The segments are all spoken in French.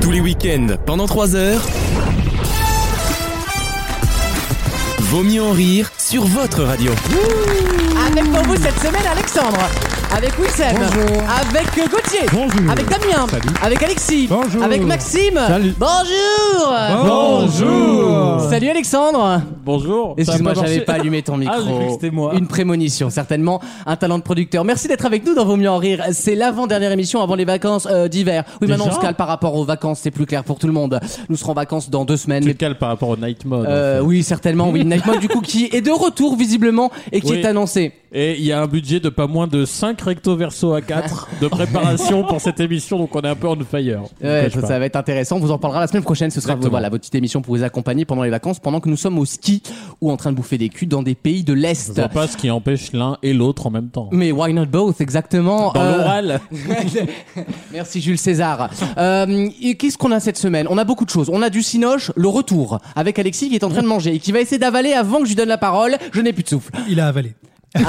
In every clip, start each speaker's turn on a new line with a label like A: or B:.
A: Tous les week-ends, pendant 3 heures. Vaut mieux en rire sur votre radio.
B: Avec pour vous cette semaine Alexandre, avec Wissem,
C: Bonjour.
B: avec euh, Gauthier,
C: Bonjour.
B: avec Damien,
C: Salut.
B: avec Alexis,
C: Bonjour.
B: avec Maxime.
C: Salut.
B: Bonjour.
C: Bonjour.
B: Salut Alexandre
D: Bonjour.
B: Excuse-moi, j'avais pas allumé ton micro.
D: Ah, j'ai cru que c'était moi.
B: Une prémonition, certainement. Un talent de producteur. Merci d'être avec nous dans Vaut mieux en rire. C'est l'avant-dernière émission avant les vacances euh, d'hiver. Oui,
D: Déjà
B: maintenant on se cale par rapport aux vacances, c'est plus clair pour tout le monde. Nous serons en vacances dans deux semaines.
D: Tu
B: mais-
D: te cales par rapport au night mode. en
B: Euh,
D: fait.
B: oui, certainement. Oui, Night Mode, du coup, qui est de retour visiblement et qui
D: Oui.
B: est annoncé.
D: Et il y a un budget de pas moins de 5 recto verso à 4 de préparation pour cette émission, donc on est un peu on
B: Ouais,
D: fire. Vous
B: ça,
D: cache
B: ça
D: pas.
B: va être intéressant. On vous en parlera la semaine prochaine. Ce sera
D: Exactement.
B: voilà, votre petite émission pour vous accompagner pendant les vacances, pendant que nous sommes au ski ou en train de bouffer des culs dans des pays de
D: Je
B: l'Est.
D: vois pas ce qui empêche l'un et l'autre en même temps.
B: Mais why not both, exactement.
D: Dans
B: Euh,
D: l'oral,
B: Merci Jules César. Euh, et Qu'est-ce qu'on a cette semaine On a beaucoup de choses. On a du Cinoche, le retour, avec Alexis qui est en train de manger et qui va essayer d'avaler avant que je lui donne la parole. Je n'ai plus de souffle.
E: Il a avalé.
B: I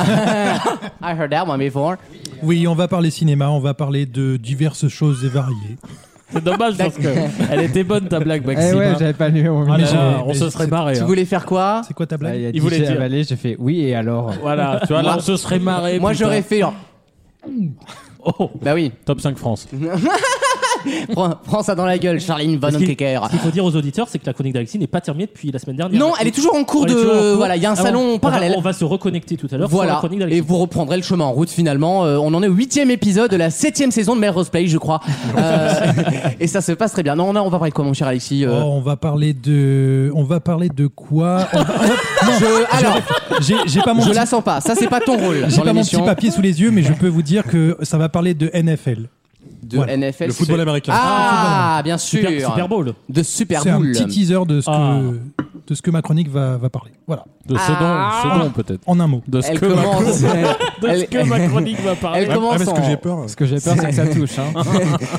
B: heard that one before.
E: Oui, on va parler cinéma, on va parler de diverses choses et variées.
F: Ah
D: c'est dommage parce que elle était bonne ta blague,
F: Eh
D: Maxime.
F: ouais, j'avais pas lu mon
D: Ah là
E: Mais
D: là,
E: j'ai-
D: on
E: mais
D: se
E: j'ai-
D: serait
E: c'est-
D: marré.
B: Tu
D: hein.
B: voulais faire quoi
E: C'est quoi ta
F: Là, il
E: blague
F: y a
D: Il voulait
F: DJ
D: dire.
F: avalé, j'ai fait oui et alors
D: Voilà, tu vois, là,
B: Moi-
D: on se serait marré.
B: Moi
D: putain.
B: j'aurais fait genre.
D: Oh,
B: Bah oui,
D: top 5 France.
B: prends, prends ça dans la gueule, Charline Von
G: Ce qu'il-
B: Kecker.
G: Ce qu'il faut dire aux auditeurs, c'est que la chronique d'Alexis n'est pas terminée depuis la semaine dernière.
B: Non, elle est toujours en cours
G: Elle est
B: de.
G: toujours en cours.
B: Voilà, il y a un
G: Ah, on-
B: salon
G: on va-
B: parallèle.
G: On va se reconnecter tout à l'heure. Sur la
B: Voilà,
G: chronique
B: et
G: d'Alexis.
B: vous reprendrez le chemin en route finalement. Euh, on en est au huitième épisode de la septième saison de Melrose Place, je crois. Euh, et ça se passe très bien. Non, non, on va parler de quoi, mon cher Alexis
E: Oh,
B: Euh,
E: on va parler de. On va parler de quoi On va-
B: je- Alors,
E: J'ai j'ai pas mon.
B: je
E: petit-
B: la sens pas. Ça, c'est pas ton rôle dans
E: J'ai pas mon
B: l'émission
E: petit papier sous les yeux, mais je peux vous dire que ça va parler de NFL.
B: de
E: Voilà.
B: NFL.
C: Le football
B: c'est-
C: américain.
B: Ah, bien sûr.
G: Super, Super Bowl.
B: De Super
E: C'est un
B: Bowl.
E: petit teaser de ce
G: Ah.
E: que, de ce que ma chronique va, va parler. Voilà,
D: De Sedan,
B: Ah.
D: Sedan peut-être.
E: en un mot.
D: De ce
B: Elle
D: que ma-
B: commence.
D: de ce
B: elle-
D: que ma chronique va parler.
B: Elle commence.
C: mais ce
B: en-
C: que j'ai peur.
F: Ce Ah, que j'ai peur, c'est que ça touche. Hein.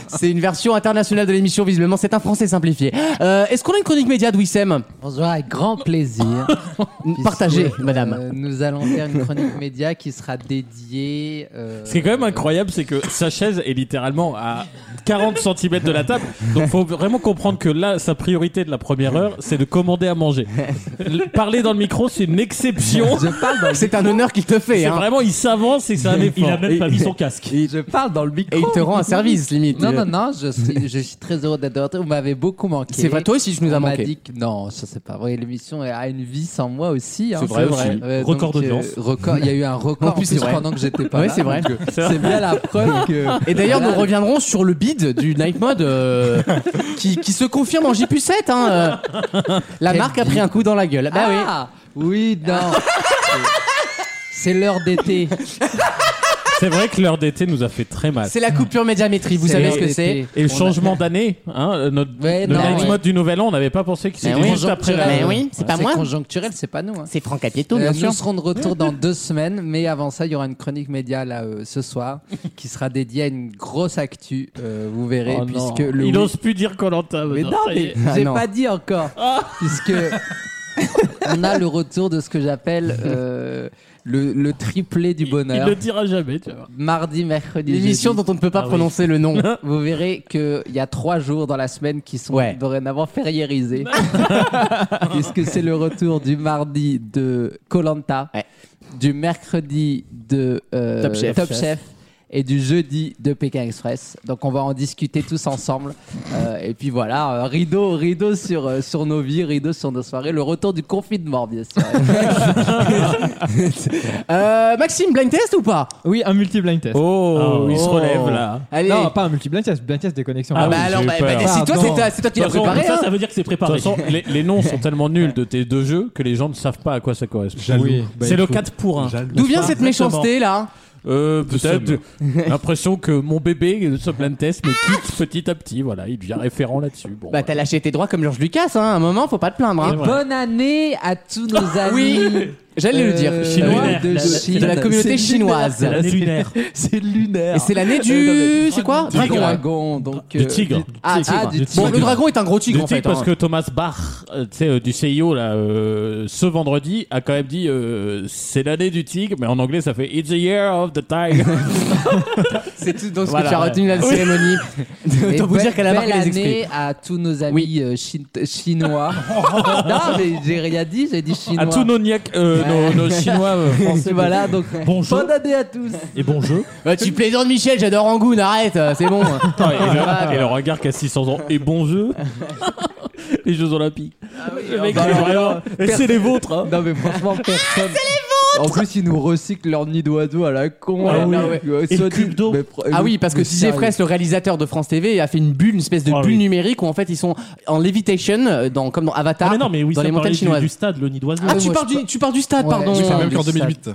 B: C'est une version internationale de l'émission, visiblement. C'est un français simplifié. Euh, Est-ce qu'on a une chronique média de Wissem
H: Bonjour, avec grand plaisir.
B: Partagée,
H: Puisque, euh,
B: madame.
H: nous allons faire une chronique média qui sera dédiée. euh,
D: Ce qui est quand même incroyable, c'est que sa chaise est littéralement à 40 cm de la table. Donc faut vraiment comprendre que là, sa priorité de la première heure, c'est de commander à manger. Le- Parler dans le micro, c'est une exception.
F: Je parle dans le
B: C'est un honneur qu'il te fait.
D: C'est
B: hein.
D: vraiment, il s'avance et c'est un effort.
G: Il a même pas mis son casque.
F: Je parle dans le micro.
B: Et il te rend un service, limite.
H: Non, non, non, je suis, je suis très heureux d'être de retour. Vous m'avez beaucoup manqué.
B: C'est vrai, toi aussi, tu nous
H: On
B: as
H: m'a
B: manqué.
H: dit que- non, ça c'est pas vrai. L'émission a une vie sans moi aussi. hein.
B: C'est vrai aussi.
H: Ouais,
G: Record
H: donc, euh,
G: d'audience.
H: record- Il y a eu un record
B: En
H: en
B: plus,
H: plus,
B: c'est vrai.
H: pendant que j'étais pas
B: Ouais,
H: là.
B: c'est vrai.
H: donc, euh, C'est bien la preuve que.
B: Et d'ailleurs, nous
H: Voilà.
B: reviendrons sur le bid du Night Mode euh, qui, qui se confirme en JP7. Hein, euh. La
H: Quel
B: marque a
H: bid.
B: pris un coup dans la gueule. Bah oui.
H: Ah, oui. non. C'est l'heure d'été.
D: C'est vrai que l'heure d'été nous a fait très mal.
B: C'est la coupure médiamétrie, vous
H: C'est
B: savez
H: vrai.
B: ce que c'est
D: Et le changement d'année, hein, notre
H: Ouais,
D: le
H: non,
D: night
H: ouais.
D: mode du nouvel an, on n'avait pas pensé que c'était
B: oui.
D: juste après la. Oh
B: Mais oui, c'est pas moi.
H: conjoncturel, c'est pas nous. hein.
B: C'est Franck Capieto,
H: Euh,
B: bien
H: nous
B: sûr.
H: serons de retour dans deux semaines, mais avant ça, il y aura une chronique média là euh, ce soir qui sera dédiée à une grosse actu. euh, vous verrez,
D: Oh non.
H: puisque le.
D: Il n'ose plus dire Colanta.
H: Mais non, mais
B: Ah,
H: j'ai
B: non.
H: pas dit encore, puisque on a le retour de ce que j'appelle euh, le, le triplé du
D: il
H: bonheur.
D: le dira jamais. Tu vois.
H: Mardi, mercredi,
B: L'émission
H: jeudi.
B: dont on ne peut pas
G: Ah oui.
B: prononcer le nom.
H: Vous verrez qu'il y a trois jours dans la semaine qui sont
B: Ouais.
H: dorénavant fériérisés. Puisque c'est le retour du mardi de Colanta,
B: Ouais.
H: du mercredi de euh,
B: Top Chef.
H: Chef, et du jeudi de Pékin Express. Donc on va en discuter tous ensemble. Euh, et puis voilà, euh, rideau, rideau sur, euh, sur nos vies, rideau sur nos soirées. Le retour du confinement, bien sûr.
B: Euh, Maxime, blind test ou pas
F: Oui, un multi-blind test.
G: Oh.
D: Oh, il se relève là.
B: Allez.
F: Non, pas un multi-blind test, blind test des connexions.
B: Ah
D: oui,
B: bah
D: j'ai
B: alors,
D: eu
B: bah,
D: peur.
B: bah, décide-toi,
F: Pardon.
B: c'est toi- c'est toi qui l'as
D: De toute façon,
B: préparé.
G: Ça,
B: hein.
G: ça veut dire que c'est
D: De toute
G: préparé.
D: façon, les, les noms sont tellement nuls de tes deux jeux que les gens ne savent pas à quoi ça correspond.
C: Jaloux.
F: Oui, bah,
D: c'est
F: il
D: le
F: faut-
D: 4 pour 1.
C: Jaloux.
B: D'où vient cette
D: Exactement.
B: méchanceté là
D: Euh,
C: sommes.
D: peut-être l'impression que mon bébé, ce plein de tests, me quitte petit à petit. Voilà, il devient référent là-dessus. Bon,
B: Bah hein. t'as lâché tes droits comme Georges Lucas, hein. à un moment faut pas te plaindre.
H: Et
B: hein.
H: bonne année à tous nos amis
B: Oui. J'allais le dire.
G: Chinois.
B: de,
G: La- la-
B: Chine. De la communauté
H: C'est lunaire.
B: chinoise.
G: La lunaire.
H: C'est lunaire.
B: Et c'est l'année
H: Euh,
B: du. C'est quoi
H: Du
B: Dragon. hein.
H: dragon, donc.
D: Du
H: euh,
D: tigre.
B: Ah,
H: tigre.
B: tigre.
H: Ah, du
B: Bon,
H: tigre.
B: le dragon est un gros
D: Du
B: tigre en fait.
D: tigre, parce
B: hein.
D: que Thomas Bach, euh, tu sais, euh, du CIO, là, euh, ce vendredi, a quand même dit euh, c'est l'année du tigre, mais en anglais, ça fait It's the year of the tiger.
B: C'est tout dans ce
D: Voilà,
B: que tu as
D: ouais.
B: retenu la
D: Oui.
B: cérémonie.
H: Et
B: Autant vous
H: be-
B: dire qu'elle a marqué
H: belle
B: les esprits.
H: année à tous nos amis euh, chin- chinois. non, mais j'ai rien dit, j'ai dit chinois.
D: à tous nos niaques, euh, nos, nos chinois euh, français.
H: Voilà, donc
G: Bonjour.
H: bonne année à tous.
G: Et bon jeu.
B: Bah, tu plaisantes, Michel, j'adore Angoune, arrête, euh, c'est bon.
D: Attends, et, le, et le regard qu'à 600 ans. Et bon jeu. Les Jeux Olympiques. Le mec, c'est vraiment- Et c'est les vôtres. hein.
H: Non, mais franchement, personne. En plus, ils nous recyclent leur nid d'oiseau à la con.
G: Ah
H: Alors,
G: oui.
H: non, mais, euh,
G: Et le
H: soit
G: cube
H: dit-
G: d'eau.
H: mais pro-
B: Ah oui, parce que
H: mais
B: Didier
H: sérieux.
B: Fraisse, le réalisateur de France TV, a fait une bulle, une espèce de
G: Ah
B: bulle
G: oui.
B: numérique où en fait ils sont en levitation, euh, dans, comme dans Avatar,
G: Ah, mais non, mais oui,
B: dans
G: ça parlait
B: les montagnes
G: du,
B: chinoises.
G: du stade, le nid d'oiseau.
B: Ah,
H: Ouais,
B: tu
H: moi,
B: pars,
H: je
B: du, tu pars du stade,
H: Ouais,
B: pardon.
H: je
E: J'ai fait
H: Oh,
E: même qu'en
H: le
E: 2008.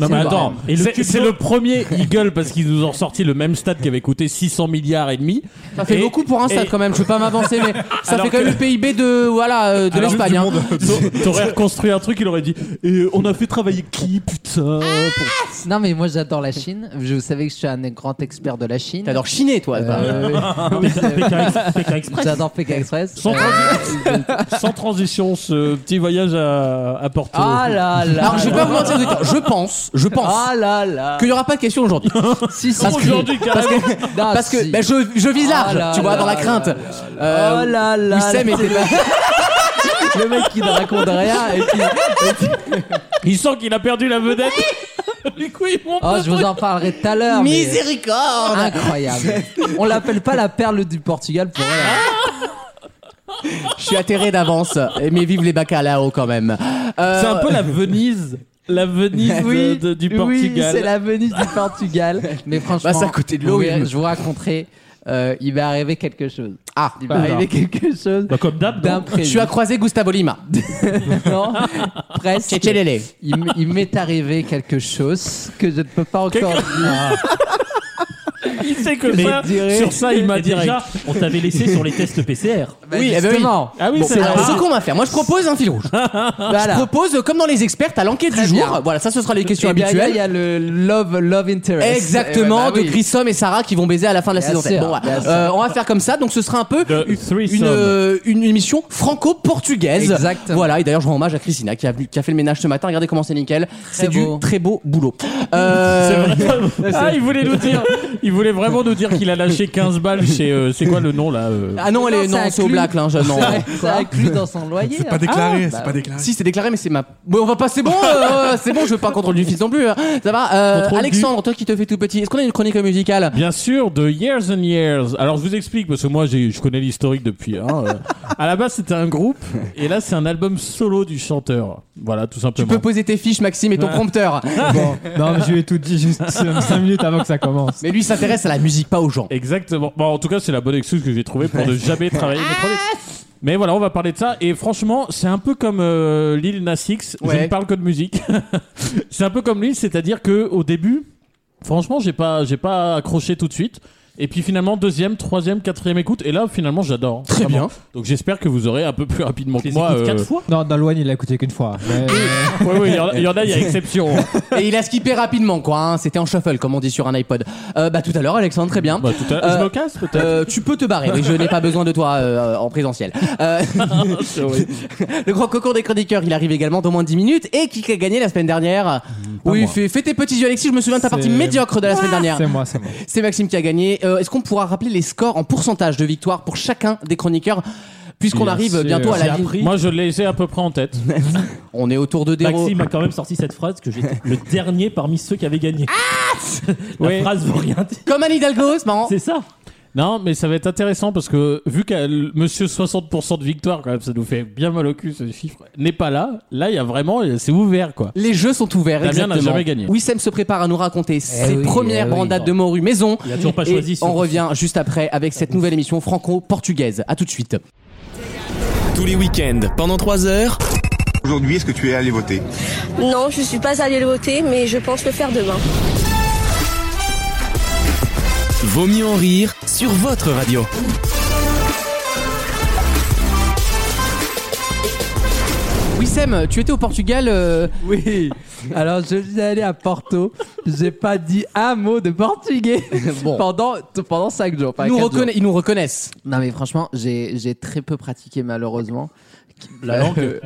D: Non, mais
B: C'est
D: attends.
B: vrai.
G: Et le
D: C'est
G: cube
D: c'est
G: d'eau.
D: le premier Eagle parce qu'ils nous ont sorti le même stade qui avait coûté 600 milliards et demi.
B: Ça fait
D: Et-
B: beaucoup pour un stade
D: et-
B: quand même, je peux pas m'avancer, mais ça
D: Alors
B: fait quand même
D: que-
B: le PIB de, voilà, euh, de
E: Alors,
B: l'Espagne.
E: du
B: hein.
E: monde.
D: T'a- T'aurais reconstruit un truc, il aurait dit Et euh, on a fait travailler qui, putain pour-
H: Non, mais moi, j'adore la Chine. Je vous savez que je suis un grand expert de la Chine.
B: T'adores chiner, toi.
H: Euh,
B: bah.
H: oui,
G: Pékin Ex- Pékin Express.
H: J'adore Pékin Express. Ah,
D: Sans, transi- sans transition, ce petit voyage à, à Porto.
H: Ah là là.
B: Alors, je vais pas
H: là.
B: vous mentir, auditeur, je pense, je pense,
H: Ah là là.
B: qu'il y aura pas de question aujourd'hui.
H: Si, si, si.
D: Aujourd'hui,
B: Parce que,
H: Non,
B: parce que
H: si.
B: bah, je, je vise large,
H: Ah là
B: tu vois,
H: là
B: dans la
H: là
B: crainte.
H: là
B: Euh,
H: oh là là.
B: Wissem
H: là.
B: était pas-
H: le mec qui ne raconte rien. Et puis,
D: Il sent qu'il a perdu la vedette. du coup, il monte.
H: oh, je vous en parlerai tout à l'heure. mais-
B: Miséricorde
H: Incroyable. On l'appelle pas la perle du Portugal pour rien.
B: Ah, Je suis atterré d'avance, et- mais vive les bacalao quand même. Euh,
D: C'est un peu la Venise. La Venise
H: Oui,
D: de- de- du
H: Oui,
D: Portugal.
H: c'est la Venise du Portugal. Mais franchement,
B: Bah, c'est à côté de l'eau,
H: oui,
B: il-
H: je vous raconterai. euh, il m'est arrivé quelque chose.
B: Ah,
H: Il m'est arrivé quelque chose
G: Bah, comme d'hab, non
B: je
H: d'imprévu.
B: suis à croiser Gustavo Lima.
H: Non, presque.
B: C'est Tchelele.
H: Il m- il m'est arrivé quelque chose que je ne peux pas encore dire. Ah,
D: Il sait que
G: Mais
D: ça,
H: dirais-
D: sur ça, il m'a
G: Et
D: direct.
G: déjà, on t'avait laissé sur les tests PCR.
H: Bah,
B: Oui, eh ben oui.
H: justement.
D: Ah oui,
B: Bon,
D: c'est
B: alors,
D: vrai.
B: ce qu'on va faire, moi je propose un fil rouge.
H: Voilà.
B: Je propose, euh, comme dans les experts, à l'enquête du
H: Très
B: jour.
H: bien. Eh
B: Voilà, ça ce sera les questions
H: Et derrière,
B: habituelles.
H: Il y a le love, love interest.
B: Exactement,
H: ben, Eh ben, bah
B: de
H: oui.
B: Grissom et Sarah qui vont baiser à la fin de la
H: Bien
B: saison
H: sûr,
B: 7. Bon, voilà.
H: bien sûr.
B: Euh, on va faire comme ça, donc ce sera un peu
D: The threesome.
B: une, euh, une émission franco-portugaise.
H: Exactement.
B: Voilà, et d'ailleurs je rends hommage à Christina qui a, venu- qui a fait le ménage ce matin, regardez comment c'est nickel. C'est du
H: beau.
B: très beau boulot. Euh,
D: C'est vrai. Ah, il voulait nous dire. Il voulait vraiment nous dire qu'il a lâché 15 balles chez. euh, c'est quoi le nom là euh,
B: Ah non, elle est,
H: Non,
B: non,
H: ça
B: c'est au
H: inclut.
B: black, là, hein, je- non.
H: C'est- Ça inclus dans son loyer.
E: C'est
H: hein.
E: pas
B: Ah.
E: déclaré, c'est
H: bah
E: pas déclaré.
B: Si c'est déclaré, mais c'est ma. Bon, on va pas. C'est bon, euh, c'est bon. Je veux pas contrôle du fils non plus. hein. Ça va. euh,
D: Contrôle du-
B: Alexandre, toi qui te fais tout petit, est-ce qu'on a une chronique musicale
D: Bien sûr, de Years and Years. Alors je vous explique parce que moi j'ai- je connais l'historique depuis. hein, euh. à la base c'était un groupe et là c'est un album solo du chanteur. Voilà tout
B: Tu
D: simplement.
B: peux poser tes fiches, Maxime, et ton prompteur.
F: Bon, non, mais je lui ai tout dit juste 5 minutes avant que ça commence.
B: Mais lui il s'intéresse à la musique, pas aux gens.
D: Exactement. Bon, en tout cas, c'est la bonne excuse que j'ai trouvée pour ne jamais travailler.
B: Ah
D: mes chroniques. Mais voilà, on va parler de ça. Et franchement, c'est un peu comme euh, Lil Nas X. Je
B: Ouais.
D: ne parle que de musique. c'est un peu comme lui, c'est-à-dire que au début, franchement, j'ai pas, j'ai pas accroché tout de suite. Et puis finalement, deuxième, troisième, quatrième écoute. Et là, finalement, j'adore.
B: Très
D: Vraiment.
B: bien.
D: Donc j'espère que vous aurez un peu plus rapidement que
G: Les
D: moi.
G: écoutes
D: euh,
G: 4 fois.
F: Non, dans Loine, il l'a écouté qu'une fois. Mais...
D: ouais, ouais, il y en a- il y, en a, il y a exception.
B: Et il a skippé rapidement, quoi. hein. C'était en shuffle, comme on dit sur un iPod. Euh, bah tout à l'heure, Alexandre, très bien.
D: Bah, tout à l'heure,
B: Euh,
D: je me casse peut-être.
B: Euh, tu peux te barrer, oui, je n'ai pas besoin de toi euh, en présentiel. Euh, le grand concours des chroniqueurs, il arrive également dans moins de 10 minutes. Et qui a gagné la semaine dernière Oui,
F: moi.
B: fais, fais tes petits yeux, Alexis, je me souviens de ta
F: C'est-
B: partie médiocre de la semaine dernière.
F: C'est moi, c'est moi.
B: C'est Maxime qui a gagné. Euh, Est-ce qu'on pourra rappeler les scores en pourcentage de victoire pour chacun des chroniqueurs Puisqu'on
D: Bien
B: arrive
D: sûr.
B: bientôt à
G: J'ai
B: la ligne.
G: appris.
D: Moi, je l'ai laissé à peu près en tête.
B: On est autour de Déro.
G: Maxime a quand même sorti cette phrase que j'étais le dernier parmi ceux qui avaient gagné.
H: Ah
G: La
D: Ouais.
G: phrase veut rien dire.
B: Comme Anne Hidalgo, c'est marrant.
G: C'est ça.
D: Non, mais ça va être intéressant parce que vu qu'à l- monsieur 60% de victoire, quand même, ça nous fait bien mal au cul ce chiffre, n'est pas là. Là, il y a vraiment, c'est ouvert quoi.
B: Les jeux sont ouverts.
D: Damien n'a
B: exactement.
D: jamais gagné.
B: Wissem se prépare à nous raconter ses
H: oui,
B: premières
H: eh oui.
B: bandades de morue maison.
G: Il a toujours pas
B: Et
G: choisi. ce-
B: on revient juste après avec cette nouvelle émission franco-portugaise. À tout de suite.
A: Tous les week-ends, pendant 3 heures,
I: Aujourd'hui, est-ce que tu es allé voter
J: Non, je suis pas allée le voter, mais je pense le faire demain.
A: Vaut mieux en rire sur votre radio.
B: Wissem Wissem, tu étais au Portugal. euh,
H: Ah, Oui. Alors, je suis allé à Porto. J'ai pas dit un mot de portugais
B: Bon.
H: pendant pendant cinq jours. enfin,
B: nous
H: quatre
B: reconna-
H: jours.
B: Ils nous reconnaissent.
H: Non, mais franchement, j'ai j'ai très peu pratiqué malheureusement.
G: La langue.
H: Euh,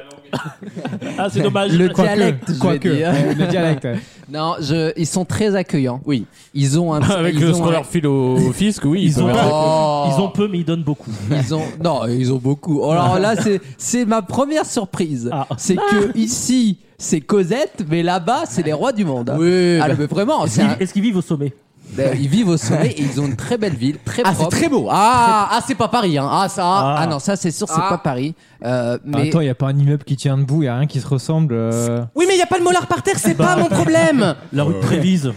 G: Ah, c'est dommage.
H: le
F: Quoique,
H: dialecte, je vais
F: quoique,
H: dire.
F: euh, le dialecte. ouais.
H: Non, je, ils sont très accueillants. Oui, ils ont un.
D: Avec
H: ils
D: le
H: ont
D: ce qu'on
H: un-
D: leur file au au fisc,
G: Ils
D: oui. ils
G: ont-
D: peuvent-
H: Oh.
G: Ils ont peu, mais ils donnent beaucoup.
H: Ils ont non, ils ont beaucoup. Oh, Alors là, c'est c'est ma première surprise.
G: Ah.
H: C'est que ici, c'est Cosette, mais là-bas, c'est les rois du monde. Oui, mais vraiment, c'est un-
G: Est-ce qu'ils vivent au sommet
H: Ben, ils vivent au sommet et ils ont une très belle ville, très
B: Ah, c'est
H: propre.
B: très beau. Ah, ah, c'est pas Paris. hein. Ah, ça.
H: Ah, non, ça c'est sûr, c'est
B: Ah.
H: pas Paris. Euh,
F: Ah,
H: mais
F: Attends, il n'y a pas un immeuble qui tient debout, il n'y a rien qui se ressemble. euh.
B: Oui, mais il y a pas le molar par terre, c'est pas mon problème.
G: La rue de Trévise.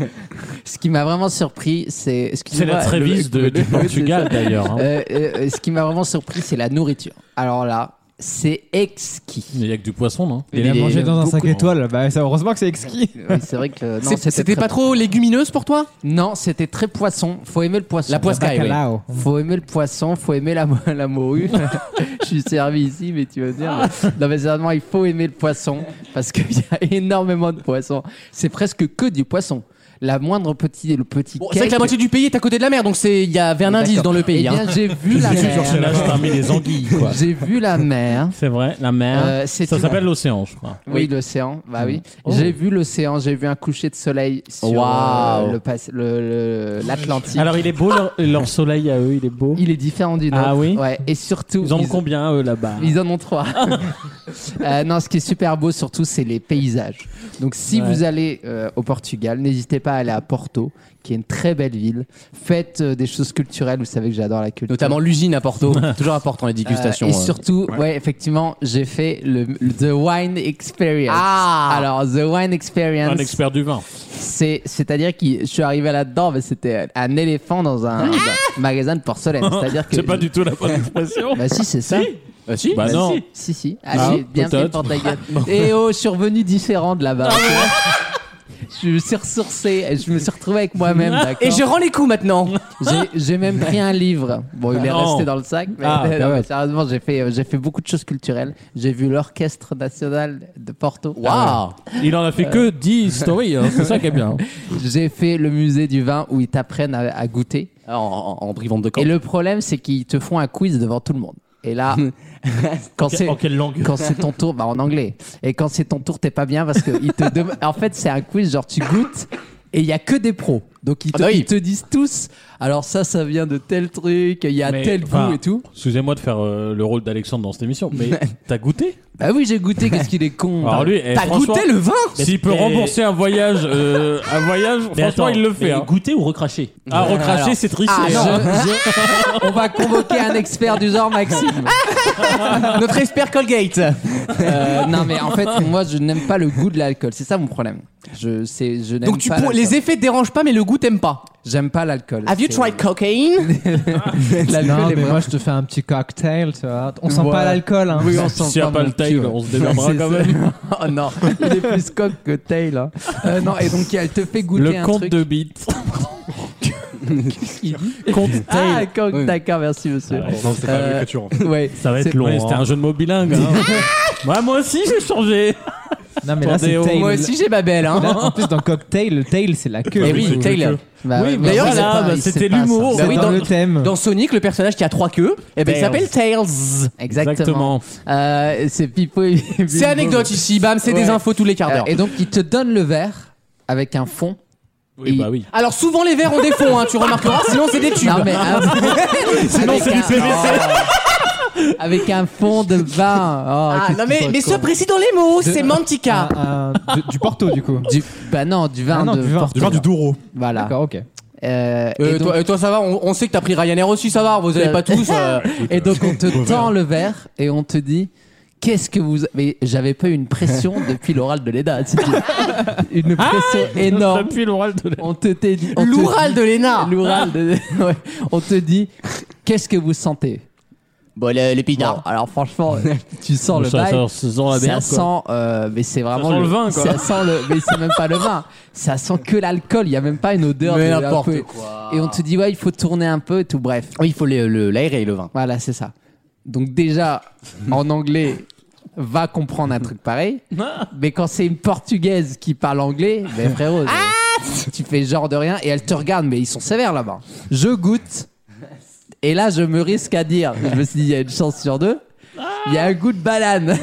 H: ce qui m'a vraiment surpris, c'est
D: C'est
H: excusez-moi,
D: la Trévise
H: le-
D: de- du Portugal d'ailleurs. hein.
H: Euh, euh, euh, ce qui m'a vraiment surpris, c'est la nourriture. Alors là, c'est exquis.
D: Il n'y a que du poisson, non
F: Il
H: il
F: a
H: est
F: mangé dans un 5
H: beaucoup-
F: étoiles. Bah, ça, heureusement que c'est exquis.
H: Oui, c'est vrai que non,
B: C'est- C'était
H: très-
B: pas trop légumineuse pour toi
H: Non, c'était très poisson. Faut aimer le poisson.
B: La poiscaille, oui.
F: Bacalao.
H: Faut aimer le poisson, faut aimer la, mo- la morue. Je suis servi ici, mais tu veux dire. Non, mais sérieusement, il faut aimer le poisson parce qu'il y a énormément de poissons. C'est presque que du poisson. La moindre petit, le petit.
B: Bon, C'est vrai que la
H: cake-
B: moitié du pays est à côté de la mer, donc c'est- il y avait un
H: D'accord.
B: indice dans le pays.
H: Eh bien,
B: hein.
H: j'ai vu la mer.
D: Personnage parmi les anguilles, quoi.
H: J'ai vu la mer.
D: C'est vrai, la mer.
H: Euh, c'est
D: ça
H: une-
D: s'appelle l'océan, je crois.
H: Oui, l'océan. Bah oui. J'ai vu l'océan. J'ai vu un coucher de soleil sur
B: Waouh.
H: euh, le pas- le- le- l'Atlantique.
D: Alors, il est beau, leur, leur soleil à eux, il est beau.
H: il est différent du nôtre.
D: Ah oui
H: Ouais. Et surtout,
D: Ils en ont combien, eux, là-bas
H: Ils en ont trois. Euh, non, ce qui est super beau surtout, c'est les paysages. Donc, si
D: Ouais.
H: vous allez euh, au Portugal, n'hésitez pas à aller à Porto, qui est une très belle ville. Faites euh, des choses culturelles. Vous savez que j'adore la culture.
B: Notamment l'usine à Porto. Toujours à Porto, les
H: Euh,
B: dégustations.
H: et
B: euh.
H: surtout, ouais, effectivement, j'ai fait le, le- The Wine Experience.
B: Ah
H: Alors, The Wine
D: Un
H: Experience,
D: expert du vin.
H: c'est, c'est-à-dire que je suis arrivé là-dedans, mais c'était un éléphant dans un, dans un magasin de porcelaine. C'est-à-dire que.
D: C'est pas du tout la bonne expression.
H: Bah si, c'est ça.
B: Ah, si
D: bah non.
H: Si, si.
D: Ah,
H: Allez, bien fait
D: peut-être.
H: pour ta gueule. Et oh, je suis revenu différent de là-bas.
D: Ah.
H: Je me suis ressourcé, et je me suis retrouvé avec moi-même,
B: Et
H: d'accord
B: je rends les coups maintenant.
H: J'ai- J'ai même pris un livre. Bon, il est
D: Non.
H: resté dans le sac, mais,
D: Ah,
H: non,
D: bah
H: mais
D: ouais.
H: sérieusement, j'ai fait, euh, j'ai fait beaucoup de choses culturelles. J'ai vu l'Orchestre National de Porto. Ah.
B: Waouh
D: Il en a fait que 10 stories, hein, c'est ça qui est bien.
H: Euh, J'ai fait le musée du vin où ils t'apprennent à, à goûter.
B: en, en, en brivante de camp.
H: Et le problème, c'est qu'ils te font un quiz devant tout le monde. Et là, quand c'est...
G: En quelle langue
H: quand c'est ton tour, bah en anglais. Et quand c'est ton tour, t'es pas bien parce que ils te demandent. En fait, c'est un quiz genre tu goûtes et il y a que des pros. Donc ils te,
B: Ah bah oui.
H: ils te disent tous. Alors ça, ça vient de tel truc. Il y a
D: Mais,
H: tel
D: enfin,
H: goût et tout.
D: Excusez-moi de faire euh, le rôle d'Alexandre dans cette émission, mais t'as goûté
H: Bah oui, j'ai goûté. Qu'est-ce qu'il est con.
D: Alors lui, eh,
B: T'as
D: franchement,
B: goûté le vin
D: S'il peut
G: Mais-
D: rembourser un voyage, euh, un voyage,
G: Mais
D: franchement,
G: attends,
D: il le fait.
G: mais
D: hein.
G: Goûter ou recracher
D: Ah, recracher, c'est triste.
H: Ah, je- je- on va convoquer un expert du genre, Maxime.
B: Notre expert Colgate.
H: Euh, non, mais en fait, moi, je n'aime pas le goût de l'alcool. C'est ça mon problème. Je, c'est, je n'aime
B: Donc tu
H: pas
B: pour-
H: l'alcool.
B: les effets te dérangent pas, mais le goût t'aimes pas.
H: J'aime pas l'alcool.
B: Have you
H: C'est-
B: tried cocaine
H: l'alcool
F: Non,
H: est
F: mais
H: vraiment-
F: moi, je te fais un petit cocktail, tu vois. On sent
H: Ouais.
F: pas l'alcool, hein.
H: Oui, on s'en
D: S'il n'y a
H: fout,
D: pas
H: mon
D: le tail,
H: cul.
D: on se démerdera
H: C'est
D: quand
H: ça.
D: même.
H: oh non, il est plus coq que tail. hein. Euh, non, et donc elle te fait goûter
D: Le
H: un
D: compte
H: truc.
D: de bite. Compte
H: Ah,
D: tail.
H: coq, d'accord, merci monsieur.
K: Non, c'est pas la
H: Euh,
K: culture en fait.
H: ouais,
G: Ça va être
H: C'est-
G: long.
D: Ouais, C'était
G: hein.
D: un jeu de mots bilingue. hein. Ouais, moi aussi, j'ai changé.
F: Non, mais là, c'est
D: Attendez,
F: tail.
B: Moi aussi j'ai ma belle. Hein.
F: Là, en plus, dans cocktail, le tail, c'est la queue.
B: Eh oui, Taylor.
H: Bah,
D: Oui,
H: ouais,
D: bah
H: mais
B: voilà,
H: c'est pas-
D: bah,
H: il sait
D: c'était
H: pas, ça.
D: l'humour.
B: Bah
F: C'est
B: oui,
F: dans
B: dans-
F: le thème.
B: Dans Sonic, le personnage qui a trois queues, eh ben, il
D: Tails.
B: s'appelle Tails.
H: Exactement. Euh, c'est Pipo et
B: C'est anecdote ici, bam, c'est des
H: Ouais.
B: infos tous les quarts
H: Euh,
B: d'heure.
H: et donc il te donne le verre avec un fond.
D: Oui, bah oui.
B: Alors souvent les verres ont des fonds, hein, tu remarqueras, sinon c'est des tubes.
H: Non, mais un- avec
D: c'est du
H: un-
D: PVC.
H: Oh. avec un fond de vin. Oh,
B: Ah,
H: qu'est-ce
B: non
H: que
B: mais,
H: tu
B: mais
H: racontes.
B: sois précis dans les mots, c'est
F: Un-
H: Ah.
B: Mantica.
F: un- Euh, du- Du Porto, du coup.
H: du, bah non, du vin
F: Ah non,
H: de
F: du vin,
H: Porto.
K: Du vin du Douro.
H: Voilà.
F: D'accord, ok.
H: Euh, et
B: Euh,
H: donc-
B: toi, euh, toi, ça va, on, on sait que t'as pris Ryanair aussi, ça va, vous avez pas tous. euh,
H: Et donc on te
K: Mauvais,
H: tend
K: hein.
H: le verre et on te dit qu'est-ce que vous mais j'avais pas eu une pression depuis l'oral de l'EDA c'était une
K: Ah,
H: pression énorme
D: Depuis l'oral de la-
H: on te t'est dit on te
B: L'oral
H: dit-
B: de l'ENA.
H: l'oral de ouais. on te dit qu'est-ce que vous sentez
B: Bon, le, le pinard.
H: Bon, alors franchement tu sens le
D: Ça-
H: bail
D: ça- ça sent la
H: ça
D: merde, quoi.
H: sent euh, mais c'est vraiment
D: sent le vin, quoi.
H: ça sent le mais c'est même pas le vin ça sent que l'alcool il y a même pas une odeur
B: Mais
H: de- un
B: n'importe
H: peu-
B: quoi.
H: et on te dit ouais il faut tourner un peu et tout bref
B: Oui, il faut les- le- l'aérer, le vin.
H: Voilà, c'est ça. Donc déjà, en anglais, va comprendre un truc pareil.
D: Ah.
H: mais quand c'est une portugaise qui parle anglais, ben frérot, euh, tu fais genre de rien et elle te regarde, mais ils sont sévères là-bas. Je goûte. Et là, je me risque à dire, je me suis dit, il y a une chance sur deux. Il y a un goût de banane.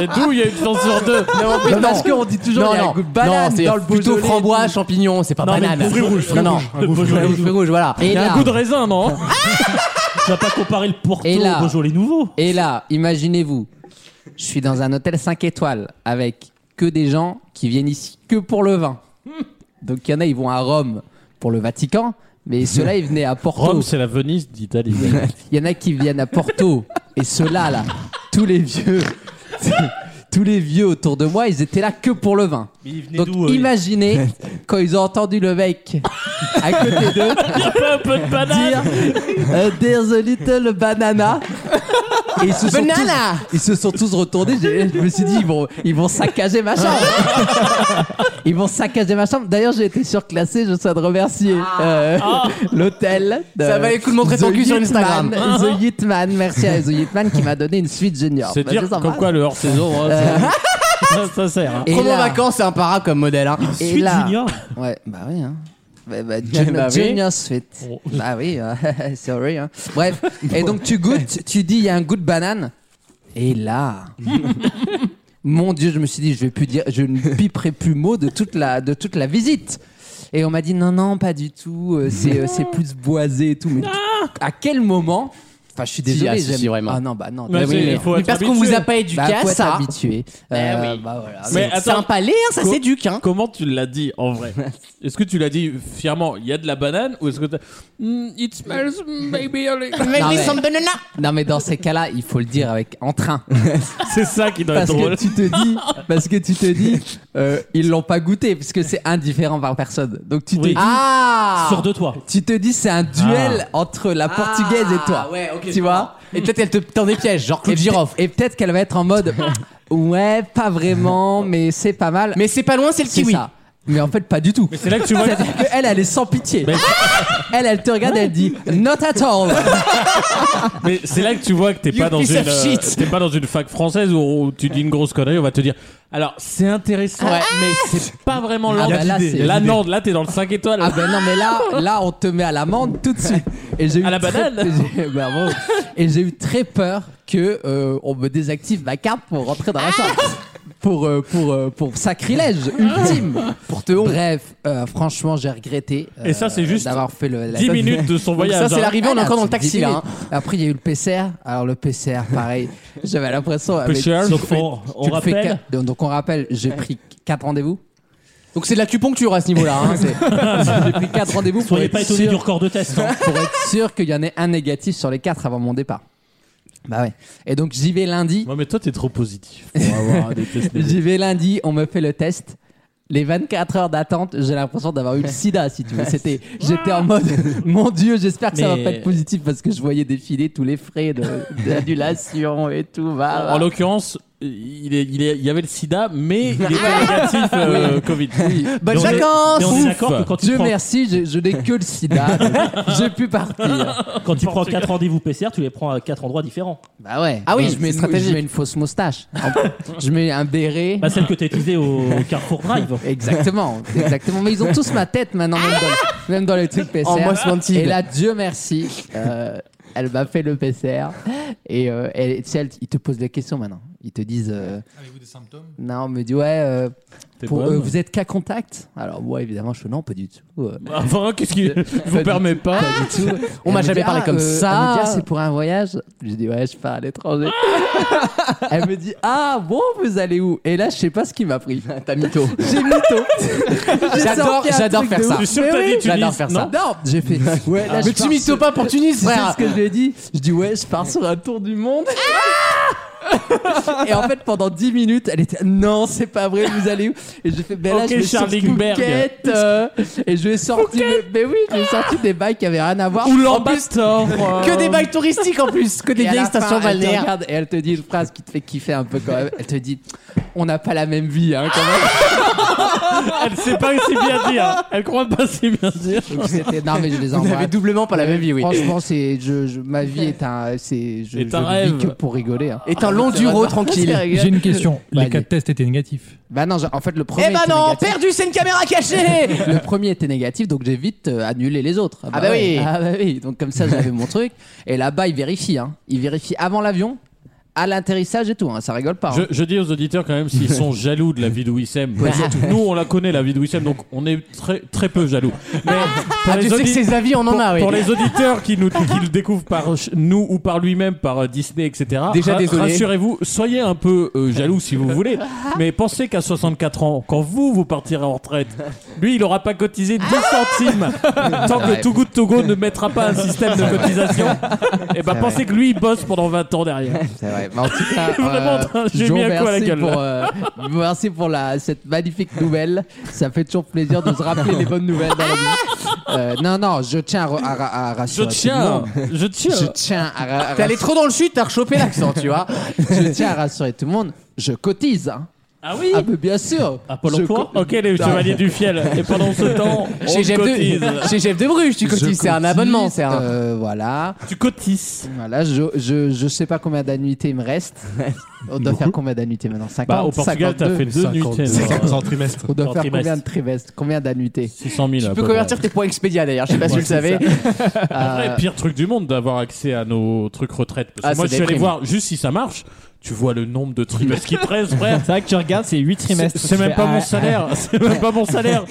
D: Et d'où il y a une chance sur deux
H: Non, mais parce qu'on dit toujours
B: Non,
H: il y a
B: non.
H: un goût de banane
B: Non, c'est
H: dans le
B: plutôt
H: Beaujolais.
B: framboise, champignon, c'est pas
D: Non, mais
B: banane.
D: fruits rouges, fruits
B: non, non.
D: rouges.
B: Fruits rouges, fruits rouges, voilà.
H: Et
D: Il y a
H: là-
D: un goût de raisin, non
G: Tu vas pas comparer le Porto
H: Et là-
G: au Beaujolais nouveau.
H: Et là, imaginez-vous, je suis dans un hôtel 5 étoiles avec que des gens qui viennent ici que pour le vin. Donc il y en a, ils vont à Rome pour le Vatican, mais ceux-là, ils venaient à Porto.
D: Rome, c'est la Venise d'Italie.
H: Il y en a qui viennent à Porto, et ceux-là, là, tous les vieux, tous les vieux autour de moi, ils étaient là que pour le vin.
G: il venait
H: Donc
G: d'où
H: imaginez quand ils ont entendu le mec à côté d'eux
G: un peu de banane
H: dire euh, There's a little banana. Et ils se, sont
B: Banana.
H: tous, ils se sont tous retournés. J'ai- Je me suis dit, ils vont, ils vont saccager ma chambre. Ils vont saccager ma chambre. D'ailleurs, j'ai été surclassé. Je souhaite remercier euh, l'hôtel. de-
B: Ah. Ça valait le coup de montrer ton
H: The
B: cul sur
H: Yitman.
B: Instagram.
H: The Yitman. Merci à The Yitman qui m'a donné une suite junior.
D: C'est
H: Bah,
D: dire
H: sympa.
D: comme quoi le hors-saison, hein, ça- ça, ça sert. hein.
H: Et
B: Promo
H: là-
B: vacances, c'est un para comme modèle. Hein.
H: Et
G: Suite
H: là-
G: junior.
H: Ouais, bah oui, hein. Bah, bah, junior,
B: Bah oui. Oh.
H: junior suite. Bah oui, euh, sorry. Hein. Bref, et donc tu goûtes, tu dis il y a un goût de banane. Et là, mon Dieu, je me suis dit, je vais plus dire, je ne piperai plus mot de toute la, de toute la visite. Et on m'a dit non, non, pas du tout. euh, C'est, euh, c'est plus boisé et tout. Mais à quel moment Enfin, je suis
B: Si, ah,
H: désolé.
B: si,
H: j'aime-
B: si, vraiment.
H: Ah non, bah non.
D: Mais
H: désolé.
D: c'est- il faut
B: Mais
D: être
B: parce qu'on vous
D: habitué.
B: a pas éduqué
H: Bah,
B: à
H: faut être
B: ça.
H: habitué. Euh, bah, voilà.
D: Mais
B: C'est-
D: attends.
B: C'est un palais, hein, ça
D: Co-
B: s'éduque. Hein.
D: Comment tu l'as dit en vrai Est-ce que tu l'as dit fièrement Il y a de la banane ou est-ce que t'as Mm, It smells maybe a little-
B: Make
H: Non,
B: me
H: mais-
B: some banana.
H: Non, mais dans ces cas-là, il faut le dire avec entrain.
D: C'est ça qui doit
H: parce
D: être
H: que
D: drôle.
H: tu te dis parce que tu te dis euh, ils l'ont pas goûté parce que c'est indifférent par personne donc tu te
G: Oui.
H: dis
B: Ah
G: Sur de toi.
H: tu te dis c'est un duel
D: Ah.
H: entre la portugaise et toi
B: Ah, Ouais, ok.
H: tu vois
B: Et peut-être elle te tend des pièges, genre Claude
H: Et
B: Giroff.
H: peut- et peut-être qu'elle va être en mode ouais pas vraiment mais c'est pas mal
B: Mais c'est pas loin, c'est le
H: c'est
B: kiwi.
H: ça mais en fait pas du tout
D: C'est là que tu vois.
H: c'est-à-dire qu'elle, elle est sans pitié. Elle, elle te regarde, elle dit Not at all.
D: Mais c'est là que tu vois que t'es
B: You
D: pas dans
B: piece
D: une
B: of
D: euh,
B: shit.
D: t'es pas dans une fac française où, où tu dis une grosse connerie, on va te dire. Alors c'est intéressant,
B: Ouais.
D: mais c'est pas vraiment
H: Ah
D: là.
H: bah là, c'est-
D: là non, là t'es dans le 5 étoiles.
H: Ah ben non mais là là on te met à l'amende tout de suite. Et j'ai eu
D: À la
H: très-
D: banane
H: j'ai- bah, bravo. Et j'ai eu très peur que euh, on me désactive ma carte pour rentrer
D: Ah.
H: dans la chambre. Pour, euh, pour, euh, pour sacrilège
D: Ah.
H: ultime. Pour te Bref, euh, franchement, j'ai regretté euh,
D: Et ça, c'est juste
H: d'avoir fait le, la
D: 10 minutes de son
B: Donc
D: voyage.
B: ça, c'est
D: hein.
B: l'arrivée, on est
H: Ah,
B: encore dans le
H: c'est
B: taxi
H: dix
B: là. hein.
H: minutes. Après, il y a eu le PCR. Alors, le PCR, pareil. J'avais l'impression. avec-
D: Pusher.
H: tu
G: Donc
H: fais-
G: on, on
H: tu fais
G: rappelle.
H: quatre- donc, on rappelle, j'ai pris 4 rendez-vous.
B: Donc c'est de l'acupuncture à ce niveau-là. hein. C'est-
H: J'ai pris 4 rendez-vous pour
G: Soyez
H: être
G: pas étonnés
H: sûr-
G: du record de test. hein.
H: pour être sûr qu'il y en ait un négatif sur les quatre avant mon départ. Bah ouais. Et donc j'y vais lundi.
D: Ouais, mais toi t'es trop positif pour avoir des tests négatifs.
H: J'y vais lundi, on me fait le test. Les 24 heures d'attente, j'ai l'impression d'avoir eu le sida, si tu veux. C'était, j'étais en mode, mon Dieu, j'espère que ça va
G: Mais-
H: pas être positif parce que je voyais défiler tous les frais de- d'annulation et tout. va,
D: En
H: va.
D: l'occurrence, il, est- il, est- il y avait le sida, mais il était négatif euh, Covid.
B: Bonnes
G: Mais on est-
B: vacances
G: Mais on est
D: Ouf.
G: d'accord que quand tu
H: Dieu
G: prends,
H: merci, je, je n'ai que le sida. donc j'ai pu partir.
G: quand tu prends 4 rendez-vous PCR, tu les prends à 4 endroits différents.
H: Bah ouais.
B: Ah oui,
H: Et
B: c'est
H: je mets, une-
B: stratégique.
H: je mets une fausse moustache. je mets un béret.
G: Bah, celle que t'as utilisée au Carrefour Drive.
H: Exactement, exactement. Mais ils ont tous ma tête maintenant, même dans, même dans les trucs PCR.
B: En Most Wanted.
H: Et là, Dieu merci, euh, elle m'a fait le PCR. Et euh, elle, tu sais, elle- ils te posent des questions maintenant. Ils te disent, euh,
E: Avez-vous des symptômes
H: non, on me dit, ouais, euh,
D: T'es
H: pour-
D: bonne
H: euh, vous êtes cas contact Alors, moi, évidemment, je fais non, pas du tout. euh,
D: Enfin, qu'est-ce qui je vous
H: du-
D: permet pas
H: pas du tout.
B: On
H: Elle
B: m'a
H: me
B: jamais
H: dit,
B: parlé
H: ah,
B: comme
H: euh,
B: ça.
H: Elle me dit, ah, c'est pour un voyage. Je dis, ouais, je pars à l'étranger. elle me dit, ah, bon, vous allez où Et là, je sais pas ce qui m'a pris.
B: T'as mytho.
H: J'ai mytho. J'ai
B: J'adore-
H: sorti un
B: j'adore
H: truc
B: faire
H: de
B: ça.
H: ouf.
D: Je suis sûr
H: Mais
D: que t'as
H: oui.
D: dit Tunis.
B: J'adore faire ça.
D: non
H: Non, j'ai fait. Ah, Ouais, là,
B: Mais tu mytho pas pour Tunis,
H: C'est
B: frère.
H: ce que je lui ai dit. Je dis ouais, je pars sur un tour du monde.
B: Ah
H: et en fait, pendant 10 minutes, elle était non, c'est pas vrai, vous allez où Et j'ai fait ben là,
D: Ok,
H: je vais sur
D: Charlingberg.
H: Phuket, euh, et je vais sortir. Mais oui, j'ai sorti des bails qui avaient rien à voir.
D: Ou l'ambassadeur
B: Que des bails touristiques en plus, que des
H: Et à
B: vieilles
H: la fin,
B: stations
H: elle te
B: balnéaires.
H: regarde et elle te dit une phrase qui te fait kiffer un peu quand même. Elle te dit on n'a pas la même vie, hein, quand même.
D: Elle sait pas si bien dire. Elle croit pas si bien dire.
H: Donc, c'était- non, mais je les
B: Vous
H: embrasse.
B: n'avez doublement pas la même vie, oui.
H: Franchement, c'est, je, je- ma vie est un, c'est, je,
D: Est
H: je
D: un
H: ne
D: rêve.
H: vis que pour rigoler. hein.
B: Est un long duro tranquille.
E: J'ai une question.
H: Vas-y.
E: Les quatre tests étaient négatifs.
H: Bah non, j'ai- en fait, le premier.
B: Eh ben
H: était
B: non,
H: négatif.
B: perdu, c'est une caméra cachée
H: Le premier était négatif, donc j'ai vite euh, annulé les autres.
B: Ah bah oui.
H: Ah bah oui. Donc comme ça, j'avais mon truc. Et là-bas, ils vérifient. Hein. Ils vérifient avant l'avion, à l'atterrissage et tout. Hein. Ça rigole pas. hein.
D: Je, je dis aux auditeurs quand même s'ils sont jaloux de la vie de Wissem. Nous, on la connaît la vie de Wissem, donc on est très très peu jaloux. Mais pour,
B: Ah,
D: les,
B: tu sais que
D: audi-
B: ses avis, on en
D: pour-
B: a, Ah oui.
D: pour les auditeurs qui nous qui le découvrent par ch- nous ou par lui-même, par euh, Disney, etc.
B: Déjà
D: ra-
B: désolé.
D: Rassurez-vous, soyez un peu euh, jaloux si vous voulez, mais pensez qu'à 64 ans, quand vous vous partirez en retraite, lui, il aura pas cotisé 10 centimes tant que
H: vrai.
D: Too Good To Go ne mettra pas un système de cotisation. Et ben
H: C'est
D: pensez que lui, il bosse pendant 20 ans derrière.
H: C'est vrai. Mais en tout cas,
D: Vraiment,
H: euh,
D: attends, j'ai
H: je vous
D: mis un coup à la
H: remercie
D: gueule, là.
H: Pour, euh, je vous remercie pour la, cette magnifique nouvelle. Ça fait toujours plaisir de se rappeler les bonnes nouvelles dans la vie. Euh, non, non, je tiens à, ra- à ra- à
D: Je
H: rassurer. tout le
D: tiens,
H: monde.
D: je tiens.
H: Je tiens à, ra- à
B: T'es allé trop dans le sud, t'as rechopé
H: Ah,
B: l'accent, tu vois.
H: je tiens à rassurer tout le monde. Je cotise. hein.
D: Ah oui
H: Ah, mais bien sûr.
G: À Pôle
H: Je
G: emploi
D: Ok, les chevaliers du fiel. Et pendant ce temps, on
B: Chez Jeff,
D: cotise.
B: de... Chez Jeff de Bruges, tu
H: Je
B: cotises, c'est un
H: cotise,
B: abonnement, c'est un.
H: euh, voilà.
D: Tu cotises.
H: Voilà, je, je, je sais pas combien d'annuités il me reste. On doit faire combien d'annuités maintenant 50
D: Bah, au Portugal, t'as
H: 52.
D: fait deux nuits.
E: en trimestre.
H: On doit
D: en
H: faire
D: trimestre.
H: combien de trimestres Combien d'annuités
D: 600 000.
B: Tu peux convertir tes points Expedia d'ailleurs, je sais pas si tu le savais.
F: Euh,
D: Après, pire truc du monde d'avoir accès à nos trucs retraite. Parce que
B: Ah,
D: moi,
B: c'est
D: je suis allé
B: déprime.
D: voir juste si ça marche. Tu vois le nombre de trimestres qui pressent, frère.
F: C'est vrai que tu regardes, c'est 8
D: C'est
F: trimestres.
D: c'est
F: Tu
D: même
F: fais,
D: pas
F: ah,
D: mon salaire. C'est même pas mon salaire.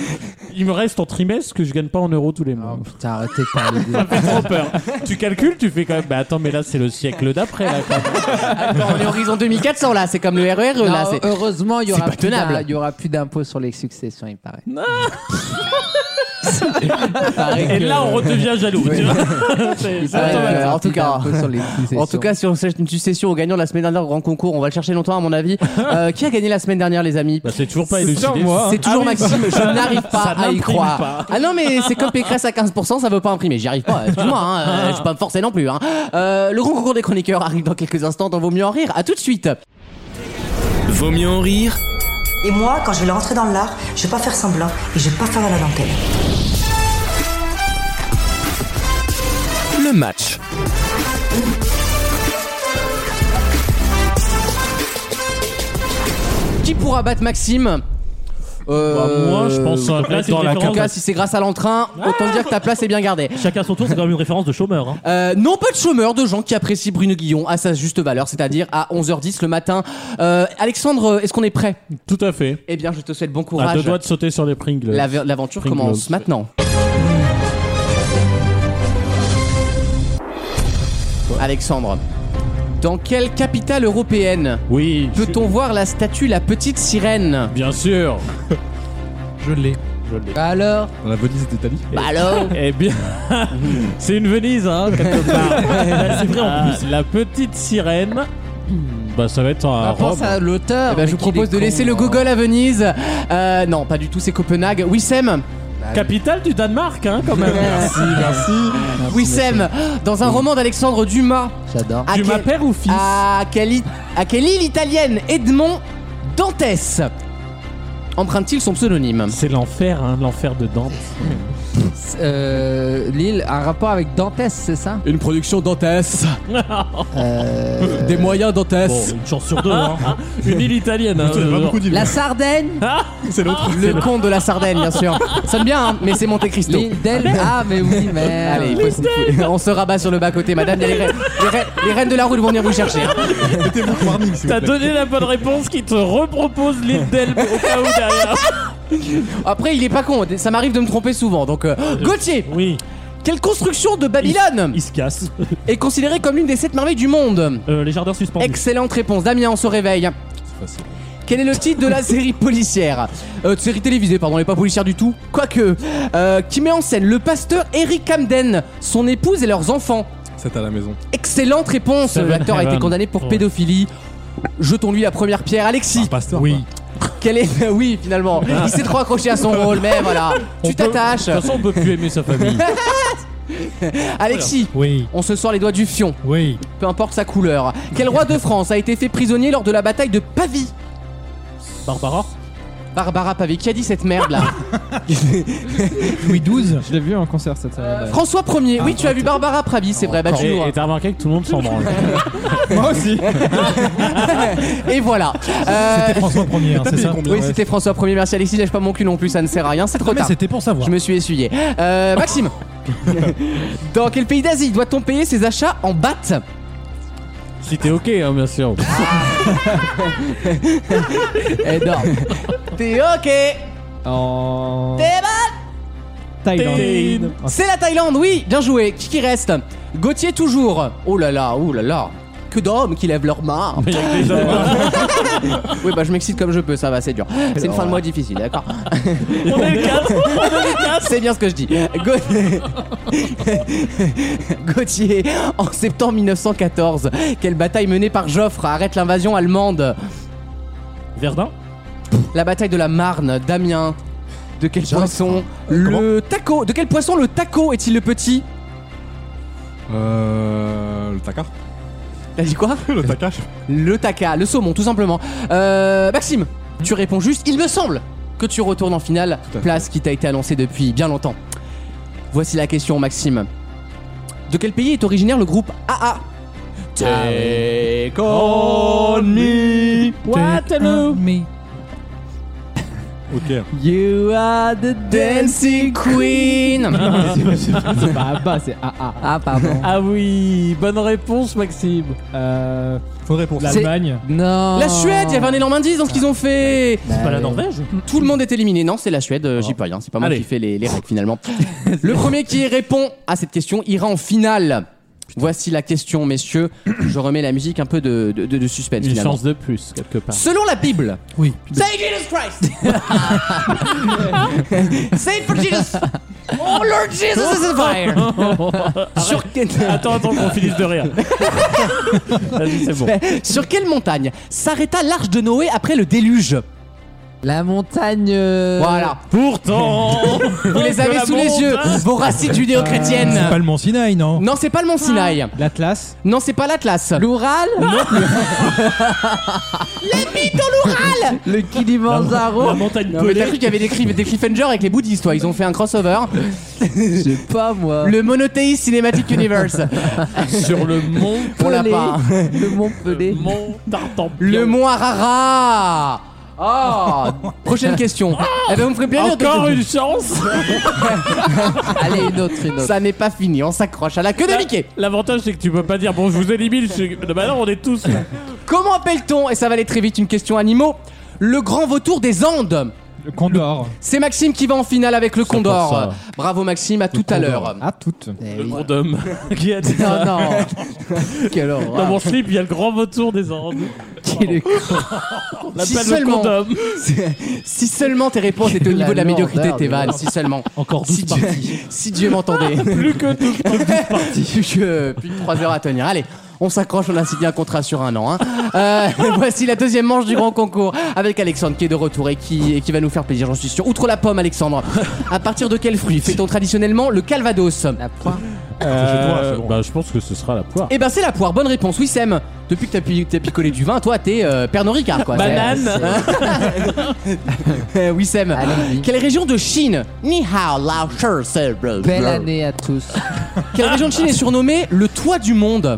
D: Il me reste en trimestre que je gagne pas en euros tous les mois.
H: Oh putain, arrêtez de parler de-
D: Ça
F: Ah, bah.
D: fait trop peur. Tu calcules, tu fais quand même. Bah attends, mais là c'est le siècle d'après. là, quand même.
B: Attends, on est horizon 2400 là, c'est comme le RER
H: Non,
B: là. c'est-
H: heureusement, il y aura
B: pas
H: plus
B: tenable.
H: d'un- il y aura plus d'impôts sur les successions, il paraît. Il paraît
D: Et
H: que-
D: là on redevient jaloux. tu vois. C'est-
H: il
D: ça
H: paraît
B: attends,
H: qu'il y aura
B: en tout
H: plus
B: cas-
H: d'impôts sur les successions.
B: En tout cas, si on cherche une succession au gagnant de la semaine dernière au grand concours, on va le chercher longtemps à mon avis. Euh, qui a gagné la semaine dernière, les amis
D: Bah, c'est toujours pas
F: C'est
D: élucidé.
F: sur moi.
B: C'est toujours Maxime, je n'arrive pas
D: Ça
B: à y
D: n'imprime
B: croire.
D: pas.
B: Ah non, mais c'est comme Pécresse à 15%, ça veut pas imprimer. J'y arrive pas, euh, excuse-moi, hein, euh, je peux pas me forcer non plus. hein. Euh, le grand concours des chroniqueurs arrive dans quelques instants, dans Vaut mieux en rire. À tout de suite.
A: Vaut mieux en rire
K: Et moi, quand je vais rentrer dans l'art, je vais pas faire semblant et je vais pas faire la dentelle.
A: le match.
B: Qui pourra battre Maxime Euh,
D: Bah, moi, je pense à
G: là, c'est
D: dans
G: une
D: la
B: En tout
G: référence
B: cas, si c'est grâce à l'entrain,
D: Ah.
B: autant dire que ta place est bien gardée.
G: de- Chacun son tour, c'est quand même une référence de chômeur. hein.
B: Euh, non, pas de chômeurs, de gens qui apprécient Bruno Guillon à sa juste valeur, c'est-à-dire à 11h10 le matin. Euh, Alexandre, est-ce qu'on est prêt
D: Tout à fait.
B: Eh bien, je te souhaite bon
D: À deux
B: courage.
D: doigts de sauter sur les Pringles.
B: L'ave- L'aventure
D: Pringles.
B: commence maintenant. Alexandre, dans quelle capitale européenne
D: Oui. je-
B: peut-on voir la statue La Petite Sirène
D: Bien sûr.
E: Je l'ai.
H: Bah alors,
C: Dans la Venise d'Italie.
B: Bah alors
D: Eh bien, c'est une Venise, hein, quelque part. c'est vrai en plus. La petite sirène. Bah, ça va être à
H: on
D: Rome.
H: pense à l'auteur.
B: Eh ben,
H: mais
B: je vous
H: qu'il
B: propose
H: est
B: de
H: con,
B: laisser le
H: hein.
B: Gogol à Venise. Euh, non, pas du tout, c'est Copenhague. Wissem,
D: Capitale du Danemark, hein, quand même. Merci, merci.
B: Wissem, dans un roman d'Alexandre Dumas,
H: J'adore.
B: à
D: Tu
B: quel-
D: m'appelles ou fils
B: à quelle, i- à quelle île italienne Edmond Dantès emprunte-t-il son pseudonyme
D: C'est l'enfer, hein, l'enfer de Dante.
H: Euh, Lille, un rapport avec Dantès, c'est ça
B: Une production Dantès.
H: Euh,
B: Des moyens Dantès.
G: Bon, une chance sur deux. hein.
D: Une île italienne. hein, genre.
H: La Sardaigne
B: Le comte de la Sardaigne, bien sûr. Sonne bien, hein, mais c'est Monte Cristo.
H: L'île d'Elbe Ah, mais oui, mais.
B: Allez, il faut s'y foutre. on se rabat sur le bas-côté, madame. Les, reines- les reines- les reines de la route vont venir vous chercher. hein.
D: T'as donné la bonne réponse qui te repropose l'île d'Elbe au cas où derrière.
B: Après, il est pas con, ça m'arrive de me tromper souvent. Donc, euh, Gauthier,
G: Oui,
B: quelle construction de Babylone
G: il se casse.
B: est considérée comme l'une des sept merveilles du monde
G: Euh, les jardins suspendus.
B: Excellente réponse. Damien, on se réveille. Quel est le titre de la série policière Euh, de Série télévisée, pardon, elle est pas policière du tout. Quoique, euh, qui met en scène le pasteur Eric Hamden, son épouse et leurs enfants.
C: C'est à la maison.
B: Excellente réponse.
G: Seven
B: L'acteur a été
G: Heaven.
B: condamné pour
G: Ouais.
B: pédophilie. Jetons-lui la première pierre.
K: Ah,
B: Alexis,
C: pasteur.
D: Oui.
B: quel est. Oui, finalement. Il s'est trop accroché à son rôle, mais voilà.
D: On
B: Tu
D: peut-
B: t'attaches.
D: De toute façon, on peut plus aimer sa famille.
B: Alexis,
E: Oui,
B: on se sort les doigts du fion,
E: oui.
B: peu importe sa couleur. Quel roi de France a été fait prisonnier lors de la bataille de Pavie
D: Barbara
B: Barbara Pavé, qui a dit cette merde là
F: Louis XII Je l'ai vu en concert cette Ah, semaine.
B: François 1er, oui, tu as vu Barbara Pravi, c'est vrai, bah tu nous-
D: Et et t'as remarqué que tout le monde s'en branle.
F: Moi aussi
B: Et voilà.
F: Euh,
B: Euh,
E: C'était François 1er, hein, c'est ça
B: Oui, c'était François 1er, merci Alexis, lâche pas mon cul non plus, ça ne sert à rien, c'est trop
E: mais
B: tard.
E: c'était pour savoir.
B: Je me suis essuyé. Euh, Maxime Dans quel pays d'Asie doit-on payer ses achats en bahts
D: Si t'es ok, hein, bien sûr.
B: Énorme. Eh, T'es ok
F: En
B: T'es mal
F: Thaïlande.
B: C'est la Thaïlande, oui, bien joué. Qui qui reste Gauthier toujours. Oh là là, oh là là. Que d'hommes qui lèvent leurs mains. oui, bah je m'excite comme je peux, ça va, c'est dur. C'est une fin de mois difficile, d'accord
G: On est le 4
B: C'est bien ce que je dis. Gau- Gauthier, en septembre 1914, quelle bataille menée par Joffre arrête l'invasion allemande
G: Verdun
B: La bataille de la Marne, Damien. De quel poisson le taco De quel poisson le taco est-il le petit
C: Euh. Le taca
B: T'as dit quoi
C: Le taca je-
B: Le taca, le saumon, tout simplement. Euh, Maxime, tu réponds juste, il me semble que tu retournes en finale,
C: à fait.
B: place qui t'a été annoncée depuis bien longtemps. Voici la question, Maxime. De quel pays est originaire le groupe AA Take on me, Waterloo.
C: Ok.
B: You are the dancing queen.
F: C'est pas Abba, c'est AA.
B: ah, pardon.
D: Ah oui, bonne réponse, Maxime.
F: Euh,
E: Faut réponse.
F: L'Allemagne.
H: Non.
B: La Suède, il y avait un énorme indice dans ce qu'ils ont fait.
G: C'est pas la Norvège
B: Tout le monde est éliminé. Non, c'est la Suède, euh, j'y peux rien. C'est pas moi
D: Allez.
B: qui fais les, les règles finalement. le premier qui répond à cette question ira en finale. Voici la question, messieurs. Je remets la musique un peu de, de- de- de suspense
D: Une
B: finalement.
D: chance de plus, quelque part.
B: Selon la Bible,
E: Oui.
B: Say Jesus Christ! Say it for Jesus! Oh Lord Jesus is on fire! Sur,
G: Attends, attends qu'on finisse de rire. Vas-y, c'est bon.
B: sur quelle montagne s'arrêta l'arche de Noé après le déluge?
H: La montagne. euh,
B: Voilà,
D: Pourtant
B: vous les avez sous les yeux, vos racines judéo-chrétiennes.
E: C'est pas le Mont Sinaï, non
C: Mm.
B: Non, c'est pas le Mont Sinaï.
F: L'Atlas.
B: Non, c'est pas l'Atlas.
H: L'Oural. Le Kilimanjaro.
G: La montagne
B: Non, mais t'as
G: pelée.
B: cru qu'il y avait des, cri- des cliffhangers avec les bouddhistes, toi. Ils ont fait un crossover.
H: Je sais pas moi.
B: Le monothéiste Cinematic Universe.
D: Sur le mont.
B: On l'a
H: Pelé.
B: pas.
H: Le Mont Pelé.
G: Mont Tartampion.
B: Le mont Arara. Oh Prochaine question.
H: Ah
B: Eh ben, vous me ferez plaisir de-
G: Encore une chance
H: Allez une autre, une autre.
B: Ça n'est pas fini. On s'accroche à la queue de Mickey.
G: L'avantage, c'est que tu peux pas dire bon, je vous élimine. je suis- Bah non, on est tous là.
B: Comment appelle-t-on Et ça va aller très vite. Une question animaux. Le grand vautour des Andes.
F: Le Condor.
B: C'est Maxime qui va en finale avec le condor. Bravo Maxime. À tout à l'heure.
F: Ah, toutes.
H: Eh
G: Le
H: oui.
G: grand homme qui a dit ça.
H: Non non. Quelle
G: Dans mon
H: horreur.
G: slip, il y a le grand vautour des Andes.
H: Quel est-
G: On
B: Si
G: l'appelle le
B: seulement.
G: condom.
B: Si seulement tes réponses étaient au
H: La
B: niveau de la
H: lourdeur
B: médiocrité de tes
H: de-
B: vannes, si seulement.
G: Encore
B: Si
G: douze
B: Dieu, si Dieu m'entendait.
G: Plus que tout.
B: plus que plus de 3 heures à tenir. Allez, on s'accroche, on a signé un contrat sur un an. hein. Euh, voici la deuxième manche du grand concours avec Alexandre qui est de retour et qui, et qui va nous faire plaisir, j'en suis sûr. Outre la pomme, Alexandre, à partir de quel fruit fait-on traditionnellement le calvados
H: La poire.
D: Euh, bah, je pense que ce sera la poire.
B: Eh ben c'est la poire, bonne réponse. Oui, Sam, depuis que t'as pi- t'as picolé du vin, toi t'es euh, Pernod Ricard quoi.
G: Banane.
B: Euh, oui, Sam.
H: Allez-y.
B: Quelle région de Chine Ni hao lao shir, se, bro.
H: Belle année à tous.
B: Quelle région de Chine est surnommée le toit du monde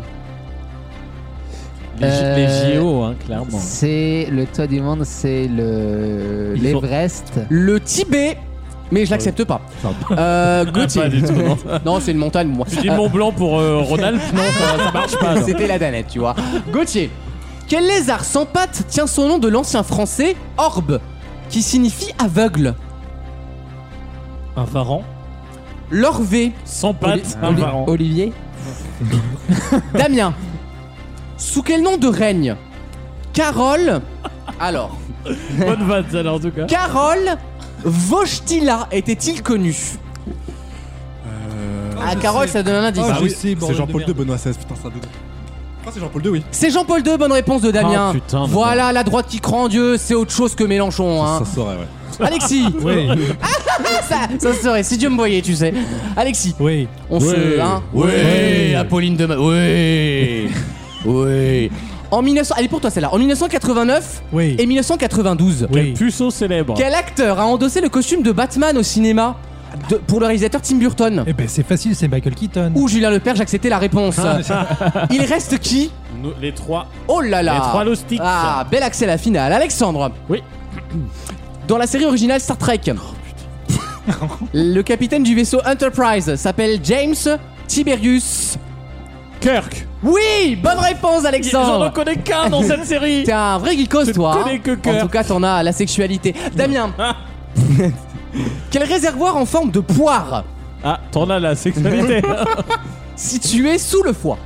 D: Les,
H: Euh,
D: les JO, hein, clairement.
H: C'est le toit du monde, c'est le
G: Ils sont-
H: l'Everest.
B: Le Tibet. Mais je l'accepte pas. Euh, Gauthier.
G: Pas du tout, non.
B: Non, c'est une montagne, moi.
G: Tu dis Mont Blanc pour euh, Rhône-Alpes Non, ça, ça marche pas.
B: Euh,
G: non.
B: C'était la danette, tu vois. Gauthier. Quel lézard sans pattes tient son nom de l'ancien français orbe, qui signifie aveugle
G: Un varan
B: L'orvé.
G: Sans pattes, un
H: Oli-
G: varan.
H: Olivier
B: Damien. Sous quel nom de règne Carole. Alors.
G: Bonne vanne, celle-là, en tout cas.
B: Carole Vauchtila était-il connu Ah, Carole, ça donne un indice.
E: Oh,
C: Ah
E: je
C: oui,
E: sais,
C: c'est
E: bordel de
C: Jean-Paul
E: merde.
C: II, Benoît XVI. Putain, ça donne. Ah, c'est Jean-Paul II, oui.
B: C'est Jean-Paul II, bonne réponse de Damien.
D: Ah, putain, mais
B: voilà la droite qui croit en Dieu, c'est autre chose que Mélenchon. Hein.
C: Ça saurait, ouais.
B: Alexis,
E: Ah. Oui,
B: ça, ça serait si Dieu me voyait, tu sais. Alexis,
E: oui.
B: on se. Hein, oui, Apolline de. Ma- Oui, oui. En 1900, allez pour toi celle-là. En 1989 et 1992.
D: Quel puceau célèbre.
B: Quel acteur a endossé le costume de Batman au cinéma de- pour le réalisateur Tim Burton
E: Eh ben c'est facile, c'est Michael Keaton.
B: Ou Julien Lepers, j'acceptais la réponse.
D: Ah,
B: Il reste qui
D: Nous- les trois.
B: Oh là là
D: Les trois loustiques.
B: Ah, bel accès à la finale. Alexandre
D: Oui. Oh,
B: Dans la série originale Star Trek, le capitaine du vaisseau Enterprise s'appelle James Tiberius.
D: Kirk
B: Oui Bonne réponse, Alexandre
D: J'en connais qu'un dans cette série
B: T'es un vrai geekos,
D: Je
B: toi
D: connais
B: hein.
D: que Ah. Kirk.
B: En tout cas, t'en as la sexualité. Damien Quel réservoir en forme de poire
D: Ah, t'en as la sexualité
B: situé sous le foie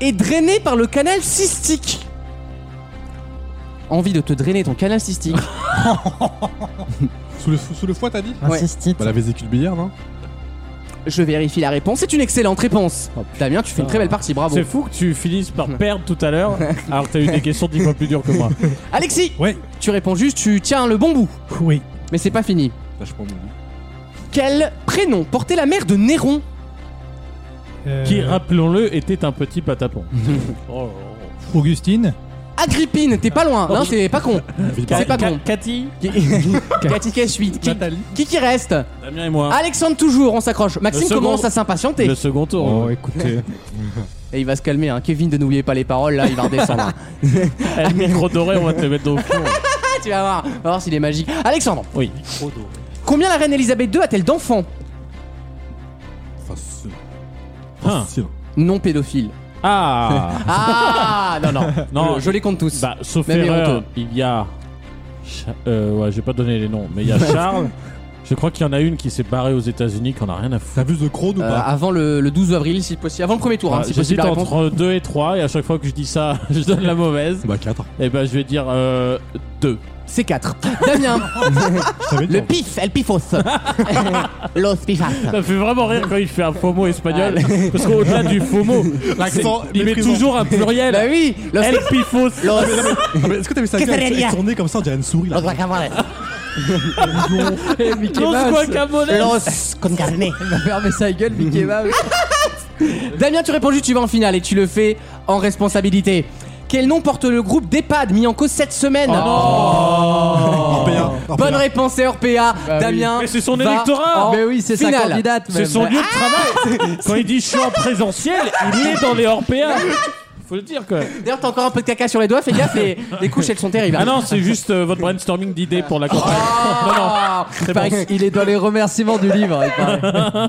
B: est drainé par le canal cystique. Envie de te drainer ton canal cystique.
C: Sous le, fou- sous le foie, t'as dit
B: Ouais.
C: Bah, la vésicule biliaire, non
B: Je vérifie la réponse. C'est une excellente réponse. Damien, tu fais une très belle partie, bravo.
D: C'est fou que tu finisses par perdre tout à l'heure, alors que t'as eu des questions dix fois plus dures que moi.
B: Alexis,
E: Ouais.
B: tu réponds juste, tu tiens le bon bout.
E: Oui.
B: Mais c'est pas fini.
C: Lâche pas mon lit.
B: Quel prénom portait la mère de Néron
E: Euh,
D: Qui, rappelons-le, était un petit patapon. Oh,
E: Augustine.
B: Agrippine, t'es pas loin. Non, c'est pas con. C'est pas con.
D: Cathy,
B: Cathy qui suit. Qui, qui qui reste
D: Damien et moi.
B: Alexandre toujours, on s'accroche.
D: Le
B: Maxime
D: second-
B: commence à s'impatienter.
D: Le second tour.
F: écoutez.
B: Et il va se calmer, hein. Kevin, ne n'oubliez pas les paroles, là, il va redescendre. hein.
D: Eh, le micro doré, on va te le mettre dans le fond.
B: Ah, tu vas voir, on va voir s'il est magique. Alexandre,
D: Oui.
B: combien la reine Elisabeth II a-t-elle d'enfants
C: Facile.
D: Hein.
C: Facile.
B: Non pédophiles.
D: Ah
B: Ah Non, non,
D: Non,
B: je les compte tous.
D: Bah, sauf
B: Même
D: erreur,
B: honteux.
D: il y a. Cha- euh, ouais, je vais pas donner les noms, mais il y a Charles. Je crois qu'il y en a une qui s'est barrée aux États-Unis, qu'on a rien à foutre.
C: T'as vu The Crown ou
B: Euh,
C: pas
B: avant le, le 12 avril, si possible, avant le premier tour, hein,
D: Ah,
B: si possible.
D: J'hésite
B: la réponse.
D: entre 2 et 3, et à chaque fois que je dis ça, je donne la mauvaise.
C: Bah, 4.
D: Et ben, je vais dire 2.
B: C'est 4. Damien,
C: Euh,
B: le pif, el pifos. Los pifas.
D: Ça fait vraiment rire quand il fait un faux mot espagnol. parce qu'au-delà du faux mot,
C: L'accent
D: il met
C: maîtrisant.
D: toujours un pluriel.
B: Bah oui, los,
D: El pifos.
B: los,
C: Ah, mais Est-ce que t'avais ça
B: Que
C: gueule,
B: serait
C: avec
B: bien.
C: son nez comme ça, on dirait une souris là
B: los guacamole,
D: Los guacamoles.
B: los con carne.
H: Il va fermer sa gueule, Mickey Mouse.
B: Damien, tu réponds juste, tu vas en finale et tu le fais en responsabilité. Quel nom porte le groupe d'EHPAD mis en cause cette semaine
D: Oh.
C: Oh. Orpea, Orpea.
B: Bonne réponse, c'est Orpea.
H: Bah oui.
B: Damien.
D: Mais c'est son
B: va
D: électorat.
B: en
H: Mais oui, c'est sa
B: finale.
H: candidate.
D: C'est
H: même.
D: son
C: Ah
D: lieu de travail. Quand il dit je suis en présentiel, il est dans les Orpéens. Faut le dire quoi.
B: D'ailleurs, t'as encore un peu de caca sur les doigts, fais gaffe, les, les couches elles sont terribles.
D: Ah non, c'est juste euh, votre brainstorming d'idées pour
C: Ah.
D: la campagne. Non, non.
B: Ah,
D: C'est
B: bah,
D: bon.
H: Il est dans les remerciements du livre. il paraît.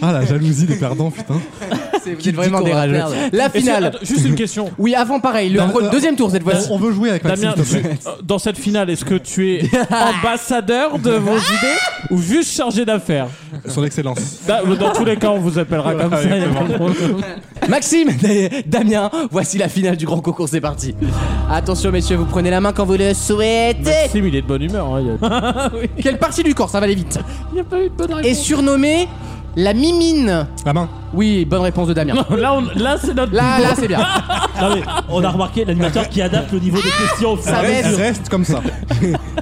C: Ah, la jalousie des perdants, putain.
B: c'est- vous
H: Qui
B: êtes
H: dit
B: vraiment
H: qu'on
B: des
H: va
B: rageux.
H: perdre
B: La
D: Et c'est-
B: finale.
D: attends, juste une question.
B: Oui, avant pareil, le
C: Damien,
H: euh,
B: rôle- deuxième tour cette fois-ci.
C: On veut jouer avec Maxime,
D: Damien,
C: s'il te plaît.
D: tu- euh, dans cette finale, est-ce que tu es ambassadeur de vos
C: Ah.
D: idées ou juste chargé d'affaires
C: Son excellence.
D: Da- Dans, tous les cas, on vous appellera comme ça. y a pas de problème.
B: Maxime, Damien, voici la finale du grand concours, c'est parti. Attention messieurs, vous prenez la main quand vous le souhaitez.
D: Maxime, il est de bonne humeur. hein, il a-
B: Quelle partie du corps, ça va aller vite.
D: Il n'y a pas eu de bonne
B: est
D: réponse.
B: surnommée la mimine.
C: La main.
B: Oui, bonne réponse de Damien.
D: Là, on- là, c'est notre.
B: Là, là, c'est bien.
G: Non, mais on a remarqué l'animateur qui adapte le niveau des questions. au fur et à
B: va
G: mesure.
B: être-
C: Reste, reste comme ça.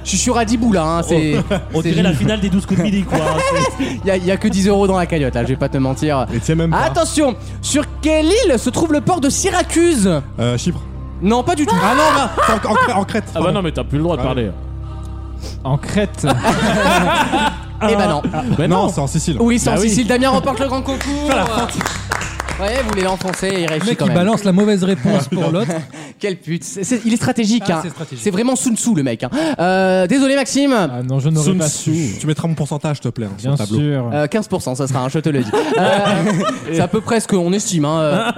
B: Je suis sur Adibou là, hein, c'est.
D: Oh.
G: On
B: c'est-
G: dirait la finale des 12 coups de midi, quoi.
B: y, a, y a que 10 euros dans la cagnotte là, je vais pas te mentir.
C: Et tiens même pas.
B: Attention, sur quelle île se trouve le port de Syracuse
C: Euh, Chypre.
B: Non, bah, pas du tout.
C: Ah non, non, c'est en, en Crè- en Crète.
D: Ah bah non, mais t'as plus le droit de
C: Ouais.
D: parler.
F: En crête.
E: Ah.
B: Eh ben non.
C: Bah
D: Mais
C: non, c'est en Sicile.
B: Oui, c'est en
D: Bah oui.
B: Sicile. Damien remporte le grand concours. Vous voyez, vous voulez l'enfoncer, il
E: Le
B: réfléchit
E: mec
B: quand
E: qui
B: même.
E: balance la mauvaise réponse pour l'autre.
B: Quelle pute. C'est- c'est- il est stratégique.
E: Ah,
B: hein.
E: c'est stratégique.
B: C'est vraiment Sun Tzu le mec. hein. Euh, désolé Maxime.
F: Ah non, je n'aurais
C: Sun
F: pas su.
C: Tzu. Tu mettras mon pourcentage, s'il te plaît, hein, sur
F: Bien
C: le tableau.
F: sûr.
B: Euh, 15% ça sera, un je te le dis. Euh, c'est à peu près ce qu'on estime. hein, euh.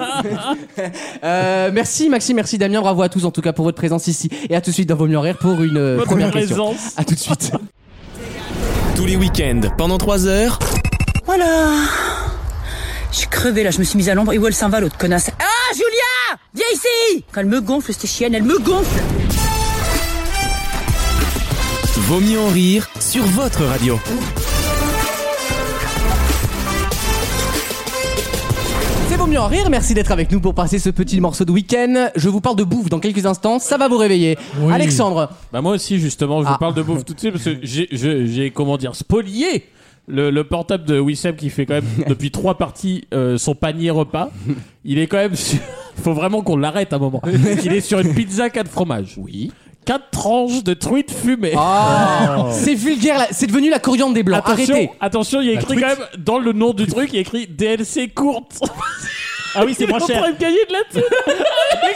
B: Euh, merci Maxime, merci Damien, bravo à tous en tout cas pour votre présence ici. Et à tout de suite dans Vos Mieux en Rire pour une euh, première question.
D: présence.
B: À tout de suite.
A: Tous les week-ends, pendant 3 heures,
K: Voilà. Je suis crevée là, je me suis mise à l'ombre. Et où elle s'en va l'autre connasse Ah, Julia Viens ici Quand elle me gonfle, cette chienne, elle me gonfle
A: Vaut mieux en rire sur votre radio.
B: C'est Vaut Mieux en Rire, merci d'être avec nous pour passer ce petit morceau de week-end. Je vous parle de bouffe dans quelques instants, ça va vous réveiller.
E: Oui.
B: Alexandre,
D: Bah moi aussi justement, je
B: Ah.
D: vous parle de bouffe tout de suite parce que j'ai, je- j'ai, comment dire, spolié le, le portable de Wissem qui fait quand même depuis trois parties euh, son panier repas. Il est quand même sur... faut vraiment qu'on l'arrête un moment. Il est sur une pizza 4 fromages. Oui. 4 tranches de truite fumée.
B: Oh. C'est vulgaire, là. c'est devenu la coriandre des blancs.
D: Attention,
B: Arrêtez.
D: attention, il y a écrit quand même dans le nom du truc, il y a écrit DLC courte.
G: Ah oui, c'est moins cher.
D: pourrait me gagner de la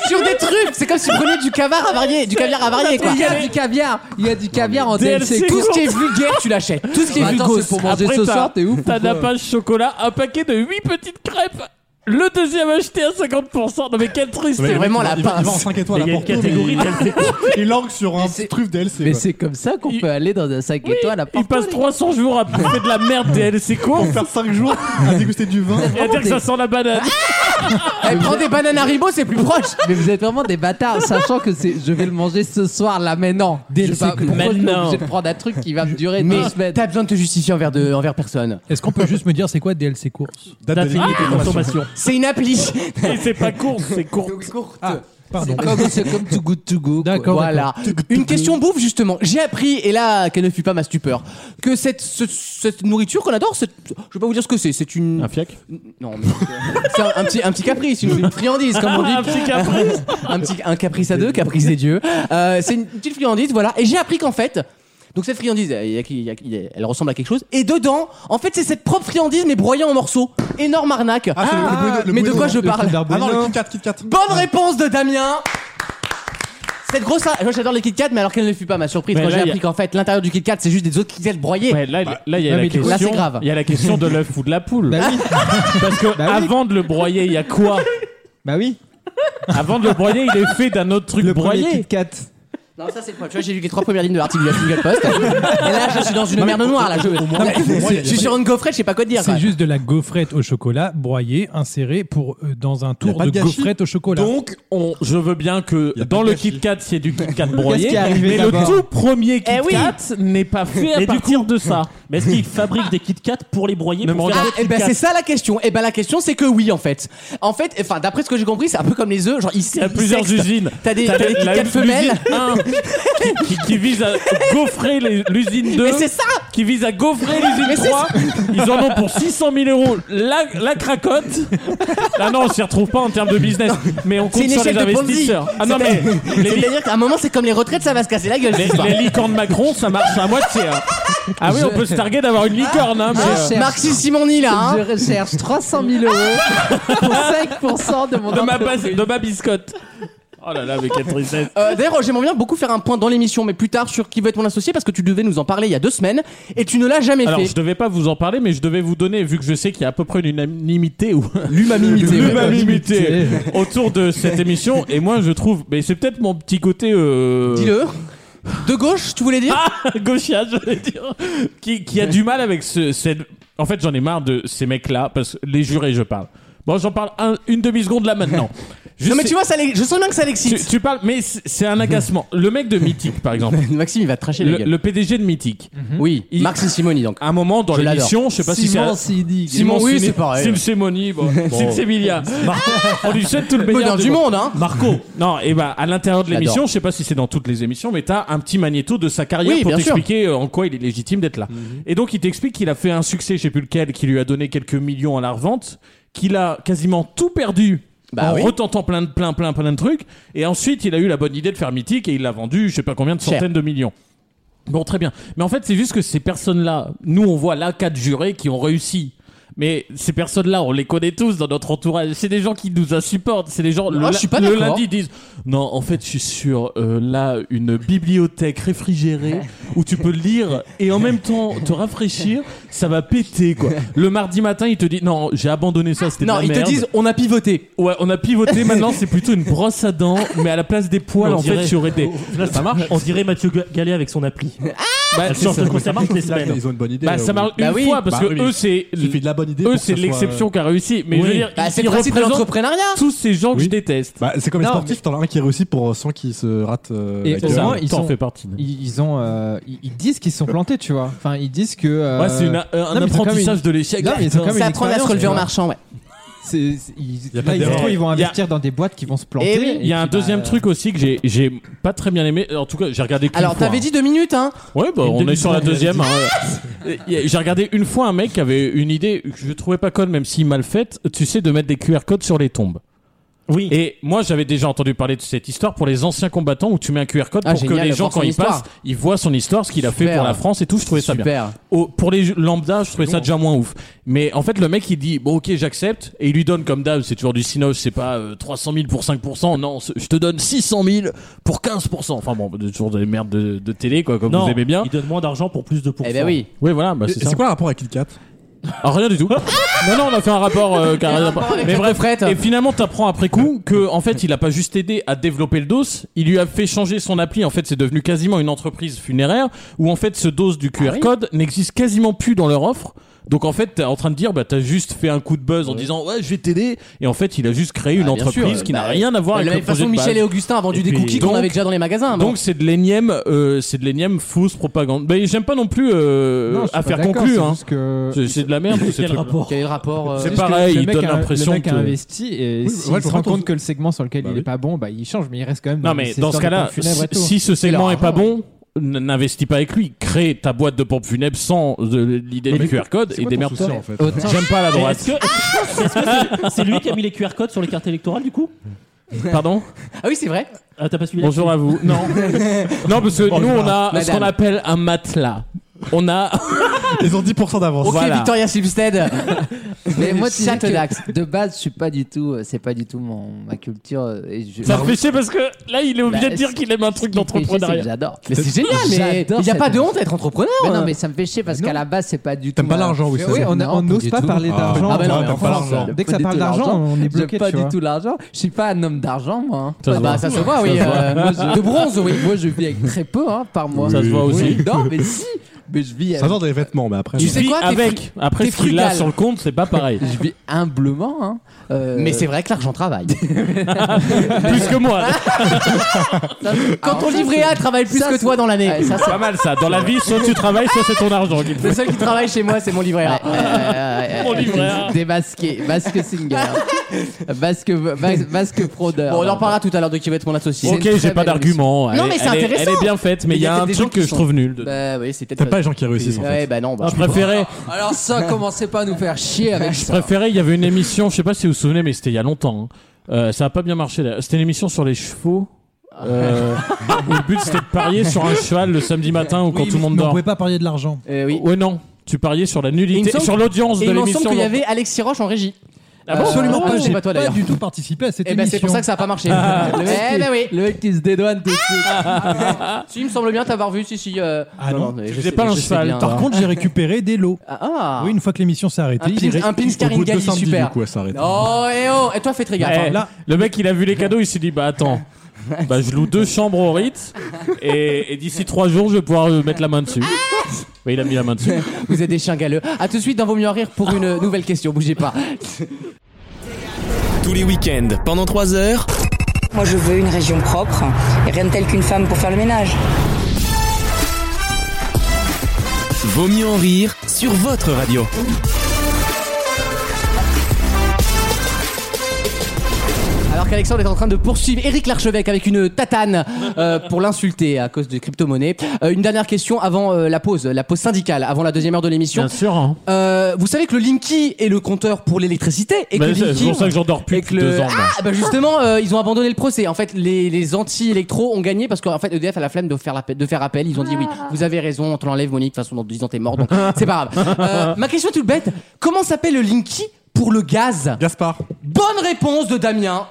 B: Sur des trucs, c'est comme si tu prenais du caviar avarié, du caviar avarié quoi.
H: Il y a du caviar, il y a du caviar en DLC.
B: Tout ce qui est
H: courte.
B: vulgaire, tu l'achètes. Tout ce qui est
H: Bah, attends,
B: vulgos.
H: c'est pour manger ce
D: t'as-
H: soir, t'es ouf.
D: T'as
H: ou quoi
D: un page chocolat, un paquet de 8 petites crêpes. Le deuxième acheté à 50%. Non mais quelle tristesse.
B: C'est vraiment la
C: Il va il va en
B: pince.
C: 5 étoiles
G: Mais il
C: à
G: y a une
C: Porto,
G: catégorie
C: mais
G: DLC.
C: il- il langue sur un
H: c'est-
C: truc DLC.
H: Mais
C: quoi.
H: c'est comme ça qu'on
D: Il-
H: peut aller dans un 5 étoiles à
D: Il
H: Porto,
D: passe
H: les
D: 300 jours à bouffer de la merde DLC courte.
C: Faire 5 jours à déguster du vin.
D: Et à dire que ça sent la banane.
B: Elle prend Eh, des bananes Haribo, c'est plus proche.
H: Mais vous êtes vraiment des bâtards, sachant que c'est, je vais le manger ce soir, là, maintenant.
E: Dès
H: Je
E: le
H: sais pas
E: second.
H: pourquoi je suis
D: Maintenant.
H: obligé de prendre un truc qui va me durer
B: Mais
H: deux semaines.
B: t'as besoin de te justifier envers, de, envers personne.
E: Est-ce qu'on peut juste me dire c'est quoi DLC course
C: Date de
G: D'infinité de consommation.
B: C'est une appli.
D: Ah Et c'est pas court, c'est court.
E: Pardon.
H: C'est comme, c'est comme Too Good To Go. quoi.
E: D'accord.
B: Voilà. Une question bouffe, justement. J'ai appris, et là, qu'elle ne fut pas ma stupeur, que cette, ce- cette nourriture qu'on adore, cette- je vais pas vous dire ce que c'est, c'est une.
D: Un fiac
B: Non, mais. c'est un, un petit, un petit caprice, une, une friandise, comme on dit.
D: Un petit caprice.
B: un petit un caprice à deux, caprice des dieux. Euh, c'est une petite friandise, voilà. Et j'ai appris qu'en fait, donc cette friandise, euh, il y a qui- il y a qui- il y a- elle ressemble à quelque chose. Et dedans, en fait, c'est cette propre friandise mais broyée en morceaux. Énorme arnaque.
C: Ah, c'est le- le bruit de- le
B: mais de
C: bruit
B: quoi
C: de-
B: je parle
C: Ah non, le Kit Kat, Kit Kat.
B: Bonne réponse de Damien. Cette grosse, ah, moi j'adore les Kit Kat, mais alors qu'elle ne fut pas ma surprise
D: Mais
B: quand
D: là,
B: j'ai
D: il y a-
B: appris qu'en fait l'intérieur du Kit Kat c'est juste des autres Kit Kat broyés.
D: Ouais, là, là, il y a
B: ouais,
D: la
B: mais
D: question.
B: là, c'est grave.
D: Il y a la question de l'œuf ou de la poule.
F: Bah oui,
D: Parce que
F: Bah oui.
D: avant de le broyer, il y a quoi
F: bah oui.
D: Avant de le broyer, il est fait d'un autre truc
F: Le premier
D: broyé.
F: Kit Kat.
B: Non, ça c'est le point. Tu vois, j'ai lu les trois premières lignes de l'article de la Single Post. Et là, je suis dans une merde noire là. Je,
E: moins, il y a-
B: je suis sur une gaufrette, je sais pas quoi te dire. quoi.
E: C'est juste de la gaufrette au chocolat broyée, insérée pour, euh, dans un tour
C: pas
E: de,
C: de gâchis.
E: gaufrette au chocolat.
D: Donc, on, je veux bien que
C: Y a pas
D: dans
C: de
D: le
C: gâchis.
D: Kit Kat, c'est du Kit Kat broyé,
F: Qu'est-ce qui est arrivé
D: mais le
F: d'abord
D: tout premier Kit
B: Eh oui.
D: Kat n'est pas fait à
G: Mais du
D: partir de ça.
G: Mais est-ce qu'ils fabriquent des Kit Kat pour les broyer
D: Ne me
G: pour faire
B: Ah,
D: regarde-
G: d'autres
B: et
G: Kit
B: ben
G: Kat
B: c'est ça la question. Et ben la question c'est que oui en fait. En fait, enfin d'après ce que j'ai compris, c'est un peu comme les œufs, genre ici
D: Il y a plusieurs usines.
B: T'as des,
D: T'as
B: t'as des
D: la-
B: Kit
D: la-
B: Kat femelles.
D: l'usine 1 qui, qui vise à gaufrer les- l'usine 2
B: Mais c'est ça
D: qui vise à gaufrer l'usine 3 ils en ont pour 600 000 euros la, la cracotte ah non on s'y retrouve pas en termes de business mais on
B: C'est
D: compte
B: une
D: sur
B: échelle
D: les
B: de Ponzi.
D: investisseurs ah non mais les, li-
B: C'est-à-dire qu'à un moment c'est comme les retraites, ça va se casser la gueule.
D: les-
B: cette histoire.
D: les licornes Macron ça marche à moitié hein. ah oui on peut se targuer d'avoir une licorne hein, mais,
B: Hein
D: euh,
H: cherche.
B: Marxis Simoni là. hein.
H: Je recherche 300 000 euros pour 5% de mon
D: de ma base
H: entreprise.
D: de ma biscotte oh là là mais quelle tristesse
B: Euh, D'ailleurs, j'aimerais bien beaucoup faire un point dans l'émission, mais plus tard sur qui veut être mon associé, parce que tu devais nous en parler il y a deux semaines et tu ne l'as jamais
D: Alors,
B: fait.
D: je devais pas vous en parler, mais je devais vous donner, vu que je sais qu'il y a à peu près une unanimité ou
B: L'unanimité, ouais.
D: l'unanimité autour de cette émission. Et moi, je trouve, mais c'est peut-être mon petit côté euh,
B: Dis-le. De gauche, tu voulais
D: Ah,
B: dire
D: gauchien, je vais dire, qui, qui a du mal avec ce. cette- En fait, j'en ai marre de ces mecs-là, parce que les jurés, je parle. Bon, j'en parle un- une demi seconde là maintenant. Je
B: Non, mais
D: sais-
B: tu vois, ça l'ex- je sens bien que ça
D: tu,
B: l'excite.
D: tu parles, mais c'est c'est un agacement. Le mec de Mythique, par exemple,
B: Maxime, il va te tracher la
D: le,
B: gueule.
D: le PDG de Mythique,
B: Oui,
D: Il-
B: Marxis Simoni donc.
D: Mm-hmm. à un moment dans
B: Je l'adore.
D: l'émission, je sais pas si c'est. à-
H: Simon Sidi.
B: Simon, oui,
D: Sine-
B: c'est pareil.
D: Sim Simoni, bon. Sim Semilia. On lui souhaite tout le meilleur
B: Bonheur du monde, hein
D: Marco. Non, et ben à l'intérieur de
B: Je
D: l'émission,
B: l'adore.
D: je sais pas si c'est dans toutes les émissions, mais t'as un petit magnéto de sa carrière
B: Oui,
D: pour
B: bien sûr. Mhm.
D: t'expliquer euh, en quoi il est légitime d'être là. Et donc il t'explique qu'il a fait un succès, je sais plus lequel, qui lui a donné quelques millions à la revente, qu'il a quasiment tout perdu.
B: Bah
D: en
B: oui.
D: retentant plein de plein plein plein de trucs et ensuite il a eu la bonne idée de faire mythique et il l'a vendu je sais pas combien de
B: Cher.
D: centaines de millions Bon, très bien. Mais en fait, c'est juste que ces personnes-là, nous, on voit là quatre jurés qui ont réussi. Mais ces personnes-là, on les connaît tous dans notre entourage. C'est des gens qui nous insupportent. C'est des gens. le,
B: Ah, je suis pas
D: le
B: d'accord.
D: lundi, ils disent Non, en fait, je suis sur euh, là une bibliothèque réfrigérée où tu peux lire et en même temps te rafraîchir. Ça va péter, quoi. Le mardi matin, ils te disent Non, j'ai abandonné ça, c'était de
B: Non,
D: la
B: ils
D: merde.
B: te disent on a pivoté.
D: Ouais, on a pivoté. Maintenant, c'est plutôt une brosse à dents, mais à la place des poils,
G: On
D: en
G: dirait-
D: fait, tu aurais des.
G: Là, ça marche. On dirait Mathieu Ga- Gallet avec son appli.
D: Bah,
G: Elle change de quoi, ça marche les semaines.
C: Ils ont une bonne idée.
D: Bah, ça
C: euh,
D: marche une
B: Bah oui.
D: fois parce
C: Bah
D: que
C: oui, mais
D: eux c'est
C: Il suffit de la bonne idée.
D: eux
C: pour que
D: c'est
C: ça soit,
D: l'exception
C: euh,
D: qui a réussi mais
G: Oui.
D: je veux dire
B: Bah,
D: ils-
B: c'est
D: ils
B: le principe de
D: représentent
B: l'entrepreneuriat.
D: tous ces gens que
C: Oui.
D: je déteste
C: Bah, c'est comme les
F: Non,
C: sportifs, t'en as un qui réussit pour euh, 100 qui se rate. euh, la
F: Et au
C: gueule.
F: moins,
D: Ça,
F: ils
D: t'en
F: sont-
D: fais partie
F: Ils, ils ont, euh, ils, ils disent qu'ils se sont plantés, tu vois. Enfin, ils disent que. euh,
D: ouais c'est une- un
F: non, mais c'est comme
D: apprentissage de l'échec
F: Non, mais c'est comme
B: Ça
F: une
B: apprend à se
F: expérience,
B: relever en
F: tu vois.
B: marchant, ouais.
F: C'est- c'est- ils,
C: Y a pas
F: là, Ah, ils, se
C: d'erreur.
F: trouvent, ils vont
D: Y a-
F: investir dans des boîtes qui vont se planter.
B: Eh oui.
D: il y a un
F: puis, bah,
D: deuxième truc aussi que j'ai j'ai pas très bien aimé en tout cas j'ai regardé qu'une
B: Alors
D: fois,
B: t'avais
D: hein.
B: dit deux minutes, hein
D: ouais bah
F: Une
D: on est sur la
F: demi-seconde,
D: deuxième hein. Et- et- j'ai regardé une fois un mec qui avait une idée que je trouvais pas conne même si mal faite tu sais de mettre des QR codes sur les tombes Oui. Et moi, j'avais déjà entendu parler de cette histoire pour les anciens combattants où tu mets un QR code
B: Ah,
D: pour
B: génial,
D: que les gens,
B: voir son
D: quand ils
B: histoire.
D: passent, ils voient son histoire, ce qu'il a fait
B: Super.
D: pour la France et tout. Je trouvais ça
B: Super.
D: bien. Au- pour les jeux- lambda, je trouvais ça déjà moins ouf. Mais en fait, le mec, il dit Bon, ok, j'accepte. Et il lui donne, comme d'hab, c'est toujours du Cinoche, c'est pas euh, 300 000 pour 5%. Non, c'est- je te donne 600 000 pour 15%. Enfin bon, toujours des merdes de, de télé, quoi, comme
G: Non,
D: vous aimez bien.
G: il donne moins d'argent pour plus de pourcents.
D: Eh ben oui. Oui, voilà, bah, c'est ça.
C: quoi le rapport avec KitKat
D: Ah, rien du tout. non, non, on a fait un rapport. euh, car- mais bref, et finalement, t'apprends après coup que en fait, il a pas juste aidé à développer le DOS. Il lui a fait changer son appli. En fait, c'est devenu quasiment une entreprise funéraire où en fait, ce DOS du
F: Ah
D: QR code n'existe quasiment plus dans leur offre. Donc en fait, t'es en train de dire, bah t'as juste fait un coup de buzz en disant ouais, je vais t'aider. Et en fait, il a juste créé une
B: Ah, bien
D: entreprise
B: sûr,
D: qui
B: bah,
D: n'a rien à voir
B: de
D: avec
B: la
D: le
B: même façon
D: projet de
B: Michel
D: base.
B: et Augustin a vendu
D: Et
B: des
D: puis-
B: cookies qu'on
D: donc-
B: avait déjà dans les magasins. bon.
D: donc c'est de l'énième, euh, c'est de l'énième fausse propagande. Mais j'aime pas non plus euh,
F: Non, je suis
D: affaire
F: pas d'accord,
D: conclue.
F: c'est
D: hein.
F: juste que-
D: C'est c'est de la merde. tous ces
F: Quel
D: trucs-là.
F: rapport
B: Quel est le rapport euh,
D: C'est
F: Parce que
D: pareil,
F: le
D: il
F: mec
D: donne
F: a-
D: l'impression
F: Le mec
D: que-
F: a investi et
D: Oui,
F: s'il
D: ouais, je
F: se rend
D: comprends
F: compte
D: tout.
F: que le segment sur lequel
D: Bah
F: il
D: oui.
F: est pas bon, bah il change, mais il reste quand même.
D: Non, mais
F: ces
D: dans ce
F: histoires de
D: cas-là,
F: pompes funèbres et tout.
D: si ce
F: C'est leur
D: segment est pas
F: argent.
D: bon, n- n'investis pas avec lui. Crée ta boîte de pompes funèbres sans euh, l'idée
F: Mais
D: du
F: du coup,
D: QR code
F: c'est
D: et
F: quoi ton
D: démerde-toi.
F: souci, en fait
G: Autant-
D: J'aime pas la
G: Mais
D: droite.
G: Est-ce que c'est est-ce que c'est- c'est lui qui a mis les QR codes sur les cartes électorales du coup
D: Pardon
B: Ah oui, c'est vrai.
G: Ah, t'as pas suivi la-
D: Bonjour à vous. Non. non, parce que
G: Bonjour.
D: nous, on a ce
B: Madame.
D: qu'on appelle un matelas. On a.
C: Ils ont 10% d'avance.
B: Ok,
D: Voilà.
B: Victoria Simpstead.
H: Mais moi, tu sais que
B: Châteaudax.
H: de base, je suis pas du tout. euh, C'est pas du tout mon, ma culture. euh, Et je,
D: Ça me fait chier parce que là, il est obligé
H: Bah,
D: de dire
H: c'est-
D: qu'il aime un
H: ce
D: truc
H: qui me fait chier, c'est que
D: d'entrepreneuriat.
H: J'adore.
B: Mais c'est génial, mais
H: J'adore
B: il n'y a
H: cette
B: pas de
H: musique.
B: honte à être entrepreneur.
H: Mais non,
B: hein.
H: mais ça me fait chier parce qu'à la base, c'est pas du tout.
C: T'aimes pas
H: ma-
C: l'argent, oui,
H: Mais
C: ça,
H: oui,
C: c'est-
H: on a-
F: on n'ose pas parler
C: Ah.
F: d'argent.
B: Ah bah non,
F: on
B: mais
F: n'ose
B: enfin,
F: pas
B: l'argent.
F: Dès que ça parle d'argent, on est bloqué.
H: J'aime pas
F: tu
H: du
F: vois.
H: tout l'argent. Je suis pas un homme d'argent, moi. hein.
D: Ça se
H: Pas
D: voit.
H: du
B: Bah,
H: tout,
B: ça se
H: hein.
B: voit, oui. euh, De bronze, oui.
H: Moi, je vis avec très peu hein, par mois.
D: Ça se voit aussi.
H: Oui, Non, mais si. Mais je vis
C: Ça
H: avec.
C: vend des vêtements, mais après.
B: Tu
D: Il
B: sais
D: vit
B: quoi, t'es fru-
D: avec. Après,
B: t'es
D: ce qu'il a
B: frugal.
D: sur le compte, c'est pas pareil.
H: Je vis humblement. Hein. Euh,
B: Mais c'est vrai que l'argent travaille.
D: plus que moi.
H: ça, c'est-
B: Quand
D: Ah,
H: Alors,
B: ton
H: ça,
B: livret
H: c'est-
B: A travaille plus
H: ça,
B: que toi
H: c'est-
B: dans l'année.
H: Ouais, ça,
D: C'est pas mal ça. Dans la vie, soit tu travailles, soit c'est ton argent. qu'il faut.
B: Le seul qui travaille chez moi, c'est mon livret A.
H: Euh,
D: Mon livret A.
H: Démasqué, masque singer, masque, mas- masque fraudeur.
B: Bon, on en parlera tout à l'heure de qui va être mon associé.
D: Ok, j'ai pas d'argument.
B: Non,
D: Elle
B: mais
D: est-
B: c'est
D: elle est-
B: intéressant.
D: Elle est bien faite, mais il y a
B: peut-être
D: un
B: des gens
D: truc que
B: qui
D: je
B: sont-
D: trouve nul. de- Ah,
B: Bah oui, c'est peut-être.
C: T'aimes pas les gens qui réussissent en
B: Ouais,
C: fait.
B: bah non. Bah,
D: Je préférais,
H: Alors ça, commencez pas à nous faire chier avec
D: je préférais, il y avait une émission, je sais pas si vous vous souvenez, mais c'était il y a longtemps. hein. Euh, ça a pas bien marché. d'ailleurs. C'était une émission sur les chevaux. Euh, où le but c'était de parier sur un cheval le samedi matin ou quand
E: Oui,
D: tout le monde
E: mais on
D: dort.
E: pouvait pas parler de l'argent.
B: Euh, oui.
D: Ouais, non. Tu pariais sur la
B: Il me
D: nullité,
B: semble-
D: sur l'audience
B: Et
D: de
B: il me semble
D: l'émission. Ah
B: qu'il y avait Alexis Roche en régie.
E: Absolument
B: Euh,
E: pas.
B: c'est
E: J'ai
B: pas
E: pas,
B: toi d'ailleurs.
E: du tout participé à cette
B: Et ben
E: émission.
B: c'est pour ça que ça a pas marché.
H: Le mec,
B: Eh
H: qui,
B: ben oui.
H: le mec qui se dédouane tout de suite.
B: Si, il me semble bien t'avoir vu. Si, si. euh,
E: Ah non,
B: mais
D: tu
B: je
D: faisais
B: sais-
D: pas un
B: je sais
D: cheval,
B: bien.
E: Par contre, j'ai récupéré des lots.
B: Ah.
E: Oui, une fois que l'émission s'est arrêtée,
B: Un pins-
E: il reste-
B: un pins
C: Au bout de
B: Karingali,
C: deux samedis,
B: super.
C: du coup, elle s'arrête.
B: Oh, eh oh. Et toi, fais très gaffe.
D: Eh,
B: hein.
E: là-
D: Le mec, il a vu les cadeaux, il s'est dit Bah attends, bah, je loue deux chambres au Ritz et, et d'ici trois jours, je vais pouvoir euh, mettre la main dessus. Mais il a mis la main dessus.
B: Vous êtes des chiens galeux. A tout de suite dans Vos mieux en rire pour une nouvelle question. Bougez pas.
A: Tous les week-ends, pendant 3 heures,
K: Moi, je veux une région propre et rien de tel qu'une femme pour faire le ménage.
A: Vaut mieux en rire sur votre radio.
B: Alors qu'Alexandre est en train de poursuivre Éric Larchevêque avec une tatane euh, pour l'insulter à cause de crypto-monnaie. Euh, une dernière question avant euh, la pause, la pause syndicale, avant la deuxième heure de l'émission.
D: Bien sûr. hein.
B: Euh, vous savez que le Linky est le compteur pour l'électricité et que
D: Bah,
B: le
D: c'est c'est
B: Linky.
D: pour ça que j'en dors plus
B: et
D: depuis
B: que le-
D: deux ans. moi.
B: Ah, bah justement, euh, ils ont abandonné le procès. En fait, les, les anti-électro ont gagné parce qu'en fait, EDF a la flemme de faire, la, de faire appel. Ils ont dit oui, vous avez raison, on te l'enlève, Monique. De toute façon, dans 10 ans, t'es mort, donc c'est pas grave. Euh, ma question est toute bête comment s'appelle le Linky pour le gaz
C: Gaspard.
B: Bonne réponse de Damien.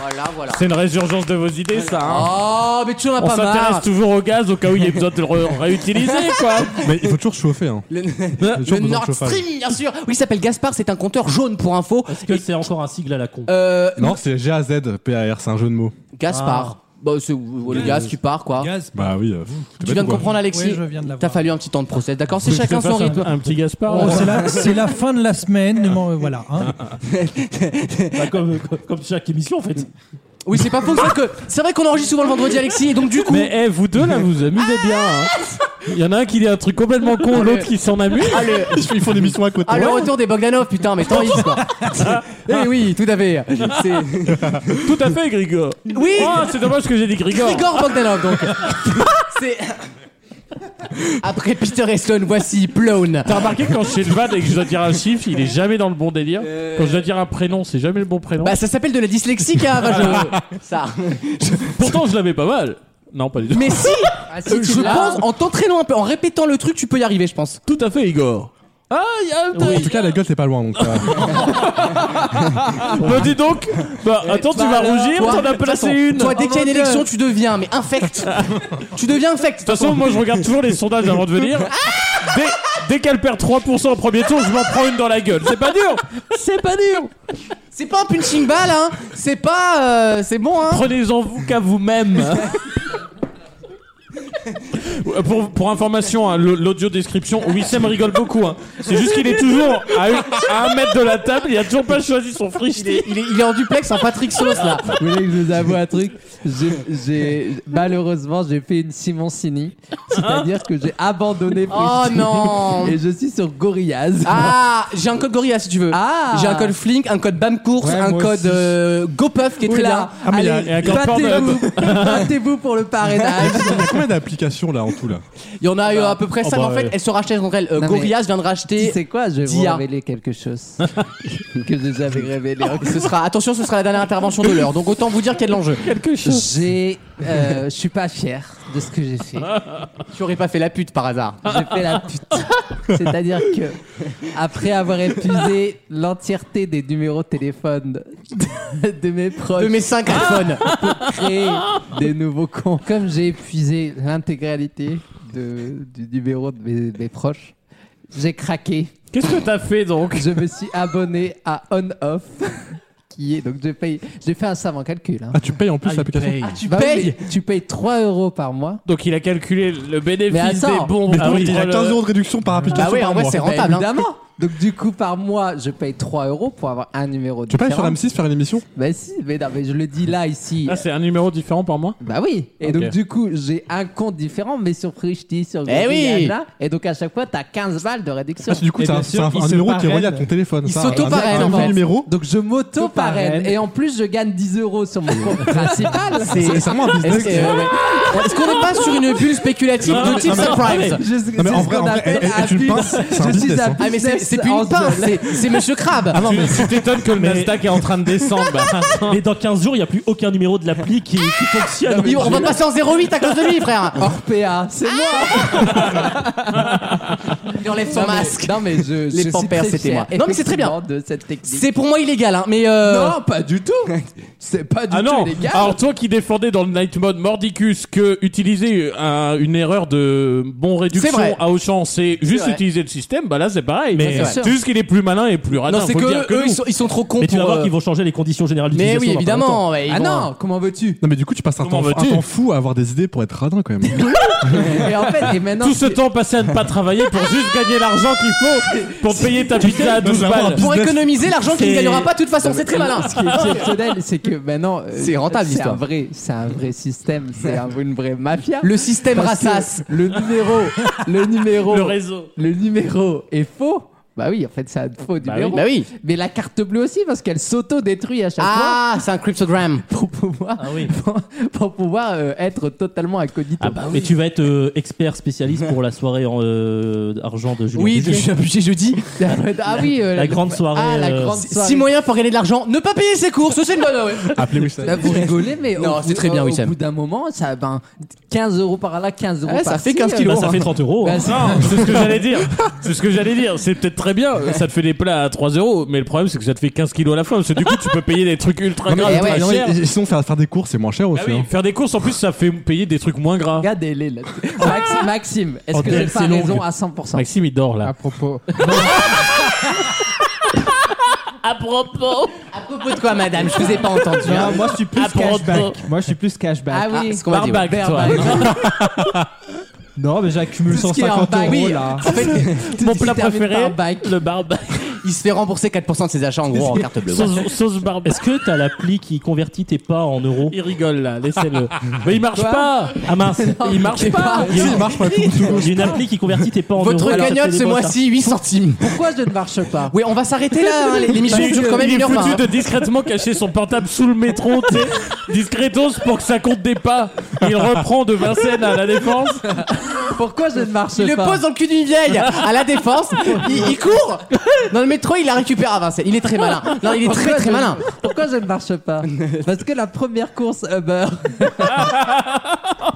B: Voilà, voilà.
D: C'est une résurgence de vos idées, ça. hein.
B: Oh, mais tu en as
D: On
B: pas
D: s'intéresse
B: marre.
D: toujours au gaz au cas où il y ait besoin de le re- réutiliser, quoi.
C: Mais il faut toujours chauffer. Hein.
B: Le,
C: a toujours
B: le
C: besoin de
B: Nord
C: chauffage.
B: Stream, bien sûr. Oui, il s'appelle Gaspard, c'est un compteur jaune pour info.
G: Est-ce que c'est encore un sigle à la con
B: Euh,
C: Non, c'est G-A-Z-P-A-R, c'est un jeu de mots.
B: Gaspard. Bah, c'est euh, le gaz qui part, quoi.
E: Gaz,
C: Bah oui. euh, t'es
B: Tu
C: bête
B: viens
C: ou
B: de
C: quoi
B: comprendre, Alexis
E: Ouais, je viens de l'avoir.
B: T'as fallu un petit temps de procès, d'accord C'est chacun son
D: Fasse un-
B: rythme.
D: Un, petit Gaspard.
E: Oh, c'est la, c'est la fin de la semaine. ne m'en- Voilà. hein.
G: Bah, comme, comme- comme chaque émission en fait.
B: Oui, c'est pas faux. c'est vrai que- C'est vrai qu'on enregistre souvent le vendredi, Alexis, et donc du coup.
D: Mais eh, vous deux, là, vous vous amusez
G: Ah
D: bien. hein. Il y en a un qui dit un truc complètement con, l'autre qui s'en amuse.
C: Ils font des missions à côté.
B: Ah, le retour des Bogdanov, putain, mais tant X, quoi. Eh oui, tout à fait. C'est-
D: Tout à fait, Grigor.
B: Oui
D: Oh, c'est dommage que j'ai dit Grigor.
B: Grigor Bogdanov, donc. C'est. Après Peter Eston, voici Blown.
D: T'as remarqué quand je fais le van et que je dois dire un chiffre, il est jamais dans le bon délire. Quand je dois dire un prénom, c'est jamais le bon prénom.
B: Bah, ça s'appelle de la dyslexique, hein, Vajo. Ça.
D: Pourtant, je l'avais pas mal. Non, pas du tout.
B: Mais si,
D: Ah, si, tu
B: Je
D: l'as.
B: pense, en t'entraînant un peu, en répétant le truc, tu peux y arriver, je pense.
D: Tout à fait, Igor. Ah, il y a un
C: Bon, en tout cas, la gueule, t'es pas loin. Donc, euh. ça va.
D: Bah, dis donc. Bah, attends, tu
B: Ah. Bah
D: vas
B: alors,
D: rougir,
B: toi-
D: t'en as
B: de toute
D: placé
B: façon,
D: une.
B: Toi, dès
D: Oh
B: qu'il y a une
D: mon Dieu.
B: élection, tu deviens, mais infect. tu deviens infect.
D: De toute façon, moi je regarde toujours les sondages avant de venir.
B: Ah
D: Dès, dès qu'elle perd 3% au premier tour, je m'en prends une dans la gueule. C'est pas dur C'est pas dur
B: C'est pas un punching ball, hein. C'est pas. euh, c'est bon, hein.
D: Prenez-en vous qu'à vous-même Euh, pour, pour information, hein, le- l'audio description, Wissem rigole beaucoup. hein. C'est juste qu'il est toujours à, une- à un mètre de la table, il a toujours pas choisi son
B: Il est,
D: freestyle.
B: il est- il est en duplex en Patrick Sauce là.
H: Vous voulez que je vous avoue un truc J'ai- j'ai- Malheureusement, j'ai fait une Simoncini. C'est-à-dire que j'ai abandonné
B: Oh
H: Freestyle.
B: non.
H: Et je suis sur Gorillaz.
B: Ah, j'ai un code Gorilla si tu veux.
H: Ah.
B: J'ai un code Flink, un code Bamcourse,
C: Ouais,
B: un
C: moi
B: code
C: aussi.
B: euh, GoPuff qui est très bien.
H: Oula.
D: Ah, mais il y a-
H: Allez,
D: il y a un grand
H: battez-vous, battez-vous pour le parrainage.
C: Il y a combien d'applications là en tout là
B: Il y en a eu à peu près
D: Oh,
B: 5 en
D: bah,
B: fait.
D: ouais.
B: Elles se rachètent entre elles. Euh,
H: Non, mais-
B: Gorillaz vient de
H: Tu
B: racheter.
H: sais quoi Je vais vous
B: Dia.
H: révéler quelque chose que j'ai jamais révélé.
B: Ce sera, attention, ce sera la dernière intervention de l'heure. Donc autant vous dire qu'il y a de l'enjeu.
D: Quelque chose.
H: J'ai, euh, je suis pas fier de ce que j'ai fait.
B: Tu aurais pas fait la pute par hasard.
H: J'ai fait la pute. C'est-à-dire que, après avoir épuisé l'entièreté des numéros de téléphone de, de mes proches
B: De Euh, mes 5
D: Ah.
B: iPhones.
H: pour créer des nouveaux comptes, comme j'ai épuisé l'intégralité de- du numéro de mes, mes proches, j'ai craqué.
D: Qu'est-ce que t'as fait donc
H: Je me suis abonné à On Off, qui est donc je paye. J'ai fait un savant calcul. hein.
C: Ah, tu payes en plus l'application
H: tu payes Tu payes 3 euros par mois.
D: Donc il a calculé le
H: Mais
D: bénéfice
H: attends.
D: des bons.
C: Mais
D: Ah oui,
C: il y a 15 euros de réduction
F: Ah
C: par application.
B: Bah oui,
C: par
B: en vrai,
C: mois.
B: c'est
H: Bah,
B: rentable. hein.
H: évidemment. Donc du coup par mois, je paye 3 euros pour avoir un numéro
C: Tu peux aller sur
H: différent.
C: M6 faire une émission
H: Bah si, mais non, mais je le dis là ici.
D: Ah, c'est un numéro différent par moi
H: Bah oui. Et
D: Ok.
H: donc du coup, j'ai un compte différent, mais sur Frishti, sur
B: Eh oui.
H: Gorillaz, là. Et donc à chaque fois, t'as 15 balles de réduction.
C: Ah, c'est du coup,
F: Et
C: c'est un,
F: Eh bien sûr,
C: c'est un-
F: il
C: un
F: se
C: numéro qui est
F: parraine.
C: relié à ton téléphone.
B: Il
C: ça.
B: s'auto-parraine,
C: Un
B: en
C: nouveau
B: fait.
C: numéro.
H: Donc je m'auto-parraine.
F: Auto-parraine.
H: Et en plus, je gagne 10 euros sur mon compte principal.
C: C'est vraiment un
B: Est-ce
C: business.
B: que- euh, ouais. Est-ce qu'on n'est pas sur une bulle spéculative
D: Non,
B: de
D: mais-
B: type
D: non, mais-
B: surprise
H: Je-
C: Non, mais en
H: c'est ce
C: vrai,
H: qu'on
C: en vrai,
H: appelle
C: et- et
H: un
C: tu le
H: bus-
C: pinces, c'est un
H: je suis
C: business,
H: un
C: hein.
B: Ah mais c'est c'est plus une
H: business
B: pince,
H: angel.
B: c'est- c'est Monsieur Crabe.
D: Tu t'étonnes que le Nasdaq est en train de descendre. bah, attends.
G: Mais dans 15 jours, il n'y a plus aucun numéro de l'appli qui, qui fonctionne.
B: Il- On va passer en 08 à cause de lui, frère.
H: Ah, Orpea, c'est
B: Ah,
H: moi.
B: Il enlève son
H: Non, mais-
B: masque.
H: Non mais je, je suis
B: panthères,
H: très
B: c'était
H: fier,
B: moi. Non, mais c'est très bien.
H: effectivement, De cette technique.
B: C'est pour moi illégal, hein. Mais euh,
H: Non, pas du tout. C'est pas du
D: Ah
H: tout
D: non
H: illégal.
D: Alors toi qui défendais dans le night mode Mordicus que utiliser un- une erreur de bon réduction
B: C'est vrai.
D: à Auchan c'est juste
B: vrai.
D: utiliser le système, bah là c'est pareil.
B: Mais-
D: c'est juste qu'il est plus malin et plus radin.
B: non, c'est
D: faut
B: que,
D: le dire que
B: eux,
D: nous.
B: ils sont, ils sont trop cons
G: Mais tu
B: pour.
G: vas voir
B: euh,
G: qu'ils vont changer les conditions générales
B: Mais
G: d'utilisation.
B: oui,
G: dans pas longtemps.
B: évidemment. ouais, ils
H: Ah
B: vont- hein.
H: non, comment veux-tu
C: Non, mais du coup, tu passes un
D: Comment
C: temps, un
D: vas-tu
C: temps fou à avoir des idées pour être radin quand même.
H: Et en fait, et maintenant,
D: Tout ce temps passé à ne pas travailler pour juste gagner l'argent qu'il faut pour te payer ta pizza à 12 balles.
B: Pour économiser l'argent qu'il ne
G: C'est-
B: gagnera pas de toute façon, c'est très malin.
H: ce qui est exceptionnel, c'est que maintenant, euh,
B: C'est rentable,
H: c'est un
B: l'histoire.
H: vrai, c'est un vrai système, c'est un- une vraie mafia.
B: Le système
H: Parce que
B: Rassas.
H: le numéro, le numéro,
G: Le
H: le,
G: réseau.
H: numéro est faux. Bah oui, en fait, c'est un faux numéro.
B: Bah oui.
H: Mais la carte bleue aussi, parce qu'elle s'auto-détruit à chaque fois
B: Ah, c'est un cryptogramme.
H: pour pouvoir,
G: Ah oui.
H: pour, pour pouvoir euh, être totalement incognito.
G: Ah bah, mais tu vas être euh, expert spécialiste pour la soirée en euh, argent de Julien.
B: Oui, je
G: Bugier.
B: suis abusé jeudi.
H: ah oui, euh,
G: La grande soirée,
H: Ah, la
G: euh,
H: grande soirée.
B: Si moyen pour gagner de l'argent, ne pas payer ses courses, c'est une bonne. ouais.
C: Appelez Wissam.
H: Là, vous rigolez, mais au
B: Euh, Non, c'est
H: bout-
B: très bien,
H: au
B: Wissem.
H: bout d'un moment, ça, ben, 15 euros par là, 15 euros
B: Ouais,
H: par
B: ça fait
H: ci,
B: 15
H: euh,
B: kilos.
G: Bah, ça fait 30 euros.
H: bah,
G: hein.
H: c'est-
D: Non, c'est ce que j'allais dire. C'est ce que j'allais dire. C'est peut-être très bien. Ça te fait des plats à 3 euros. Mais le problème, c'est que ça te fait 15 kilos à la fin. Parce que du coup, tu peux payer des trucs ultra
C: Non, mais
D: gras,
B: eh
C: attends,
D: ultra
C: non,
F: Ah
D: chers.
C: et- et sinon, faire, faire des courses, c'est moins cher aussi.
D: Ah oui,
C: hein.
D: Faire des courses, en plus, ça fait payer des trucs moins gras.
H: Regardez-les là.
B: Ah.
H: Maxime, Maxime, est-ce
D: Oh,
H: que j'ai
D: c'est
H: pas
D: long.
H: raison à 100%
D: Maxime, il dort là.
F: À propos.
G: À propos.
B: À propos de quoi, madame Je vous ai pas entendu. hein.
F: Non, moi je suis plus
G: À propos.
F: cashback. Moi je suis plus cashback.
H: Ah oui,
B: c'est ce qu'on m'a dit,
D: Barbac,
B: ouais.
D: toi.
F: Non, mais j'accumule
H: Tout ce qui est en
F: 150
H: bac,
F: euros
H: oui.
F: là.
H: En fait,
D: Mon plat préféré,
H: bac.
D: le barbe.
B: il se fait rembourser 4% de ses achats en gros en carte bleue. Voilà.
D: Sauce, sauce barbe. Est-ce que t'as l'appli qui convertit tes pas en euros Il rigole là, laissez-le. Mais il marche
B: Quoi
D: pas Ah mince
B: Non,
D: Il marche
B: c'est
D: pas
B: pas-
D: y a
B: Il marche pas, tout le monde.
D: Il y a une appli qui convertit tes pas en euros.
B: Votre
D: Alors,
B: cagnotte
D: c'est
B: ce
D: des bons,
B: mois-ci 8 centimes.
H: Pourquoi je ne marche pas
B: Oui, on va s'arrêter là. hein, L'émission
D: Il est-
B: dure quand même
D: il est
B: une heure
D: foutu
B: vingt, hein.
D: de discrètement cacher son portable sous le métro, tu sais, discrétos pour que ça compte des pas. Il reprend de Vincennes à la défense.
H: Pourquoi je ne marche
B: Il le
H: pas
B: pose dans le cul d'une vieille à la défense. Il, il court dans le métro, il la récupère à Vincennes. Il est très malin. Non, il est
H: Pourquoi
B: très très
H: je-
B: malin.
H: Pourquoi je ne marche pas Parce que la première course euh, bah, Uber.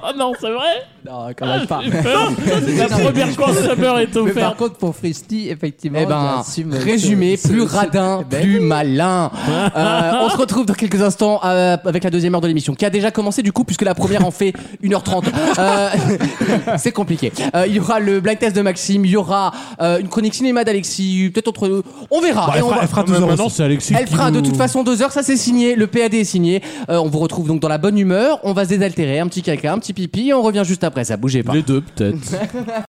D: Oh non, c'est vrai
H: Non, quand même pas.
D: La première course Summer est
H: Mais par
D: offerte.
H: contre, pour Fristy, effectivement,
B: Eh ben,
H: j'assume ce-
B: résumé,
H: ce-
B: plus
H: ce-
B: radin, plus malin. Euh, on se retrouve dans quelques instants euh, avec la deuxième heure de l'émission, qui a déjà commencé du coup, puisque la première en fait 1h30. Euh, c'est compliqué. Euh, Il y aura le blind test de Maxime, il y aura euh, une chronique cinéma d'Alexis, peut-être entre... On verra.
L: Bah,
B: et
L: elle
B: on
L: fera-
B: va-
L: elle fera deux heures
B: Maintenant,
L: aussi. Alexis
B: Elle
L: qui
B: fera de
L: nous-
B: toute façon deux heures, ça c'est signé, le PAD est signé. Euh, on vous retrouve donc dans la bonne humeur, on va se désaltérer, un petit caca, un petit pipi, et on revient juste après, ça bougez pas.
M: Les deux peut-être.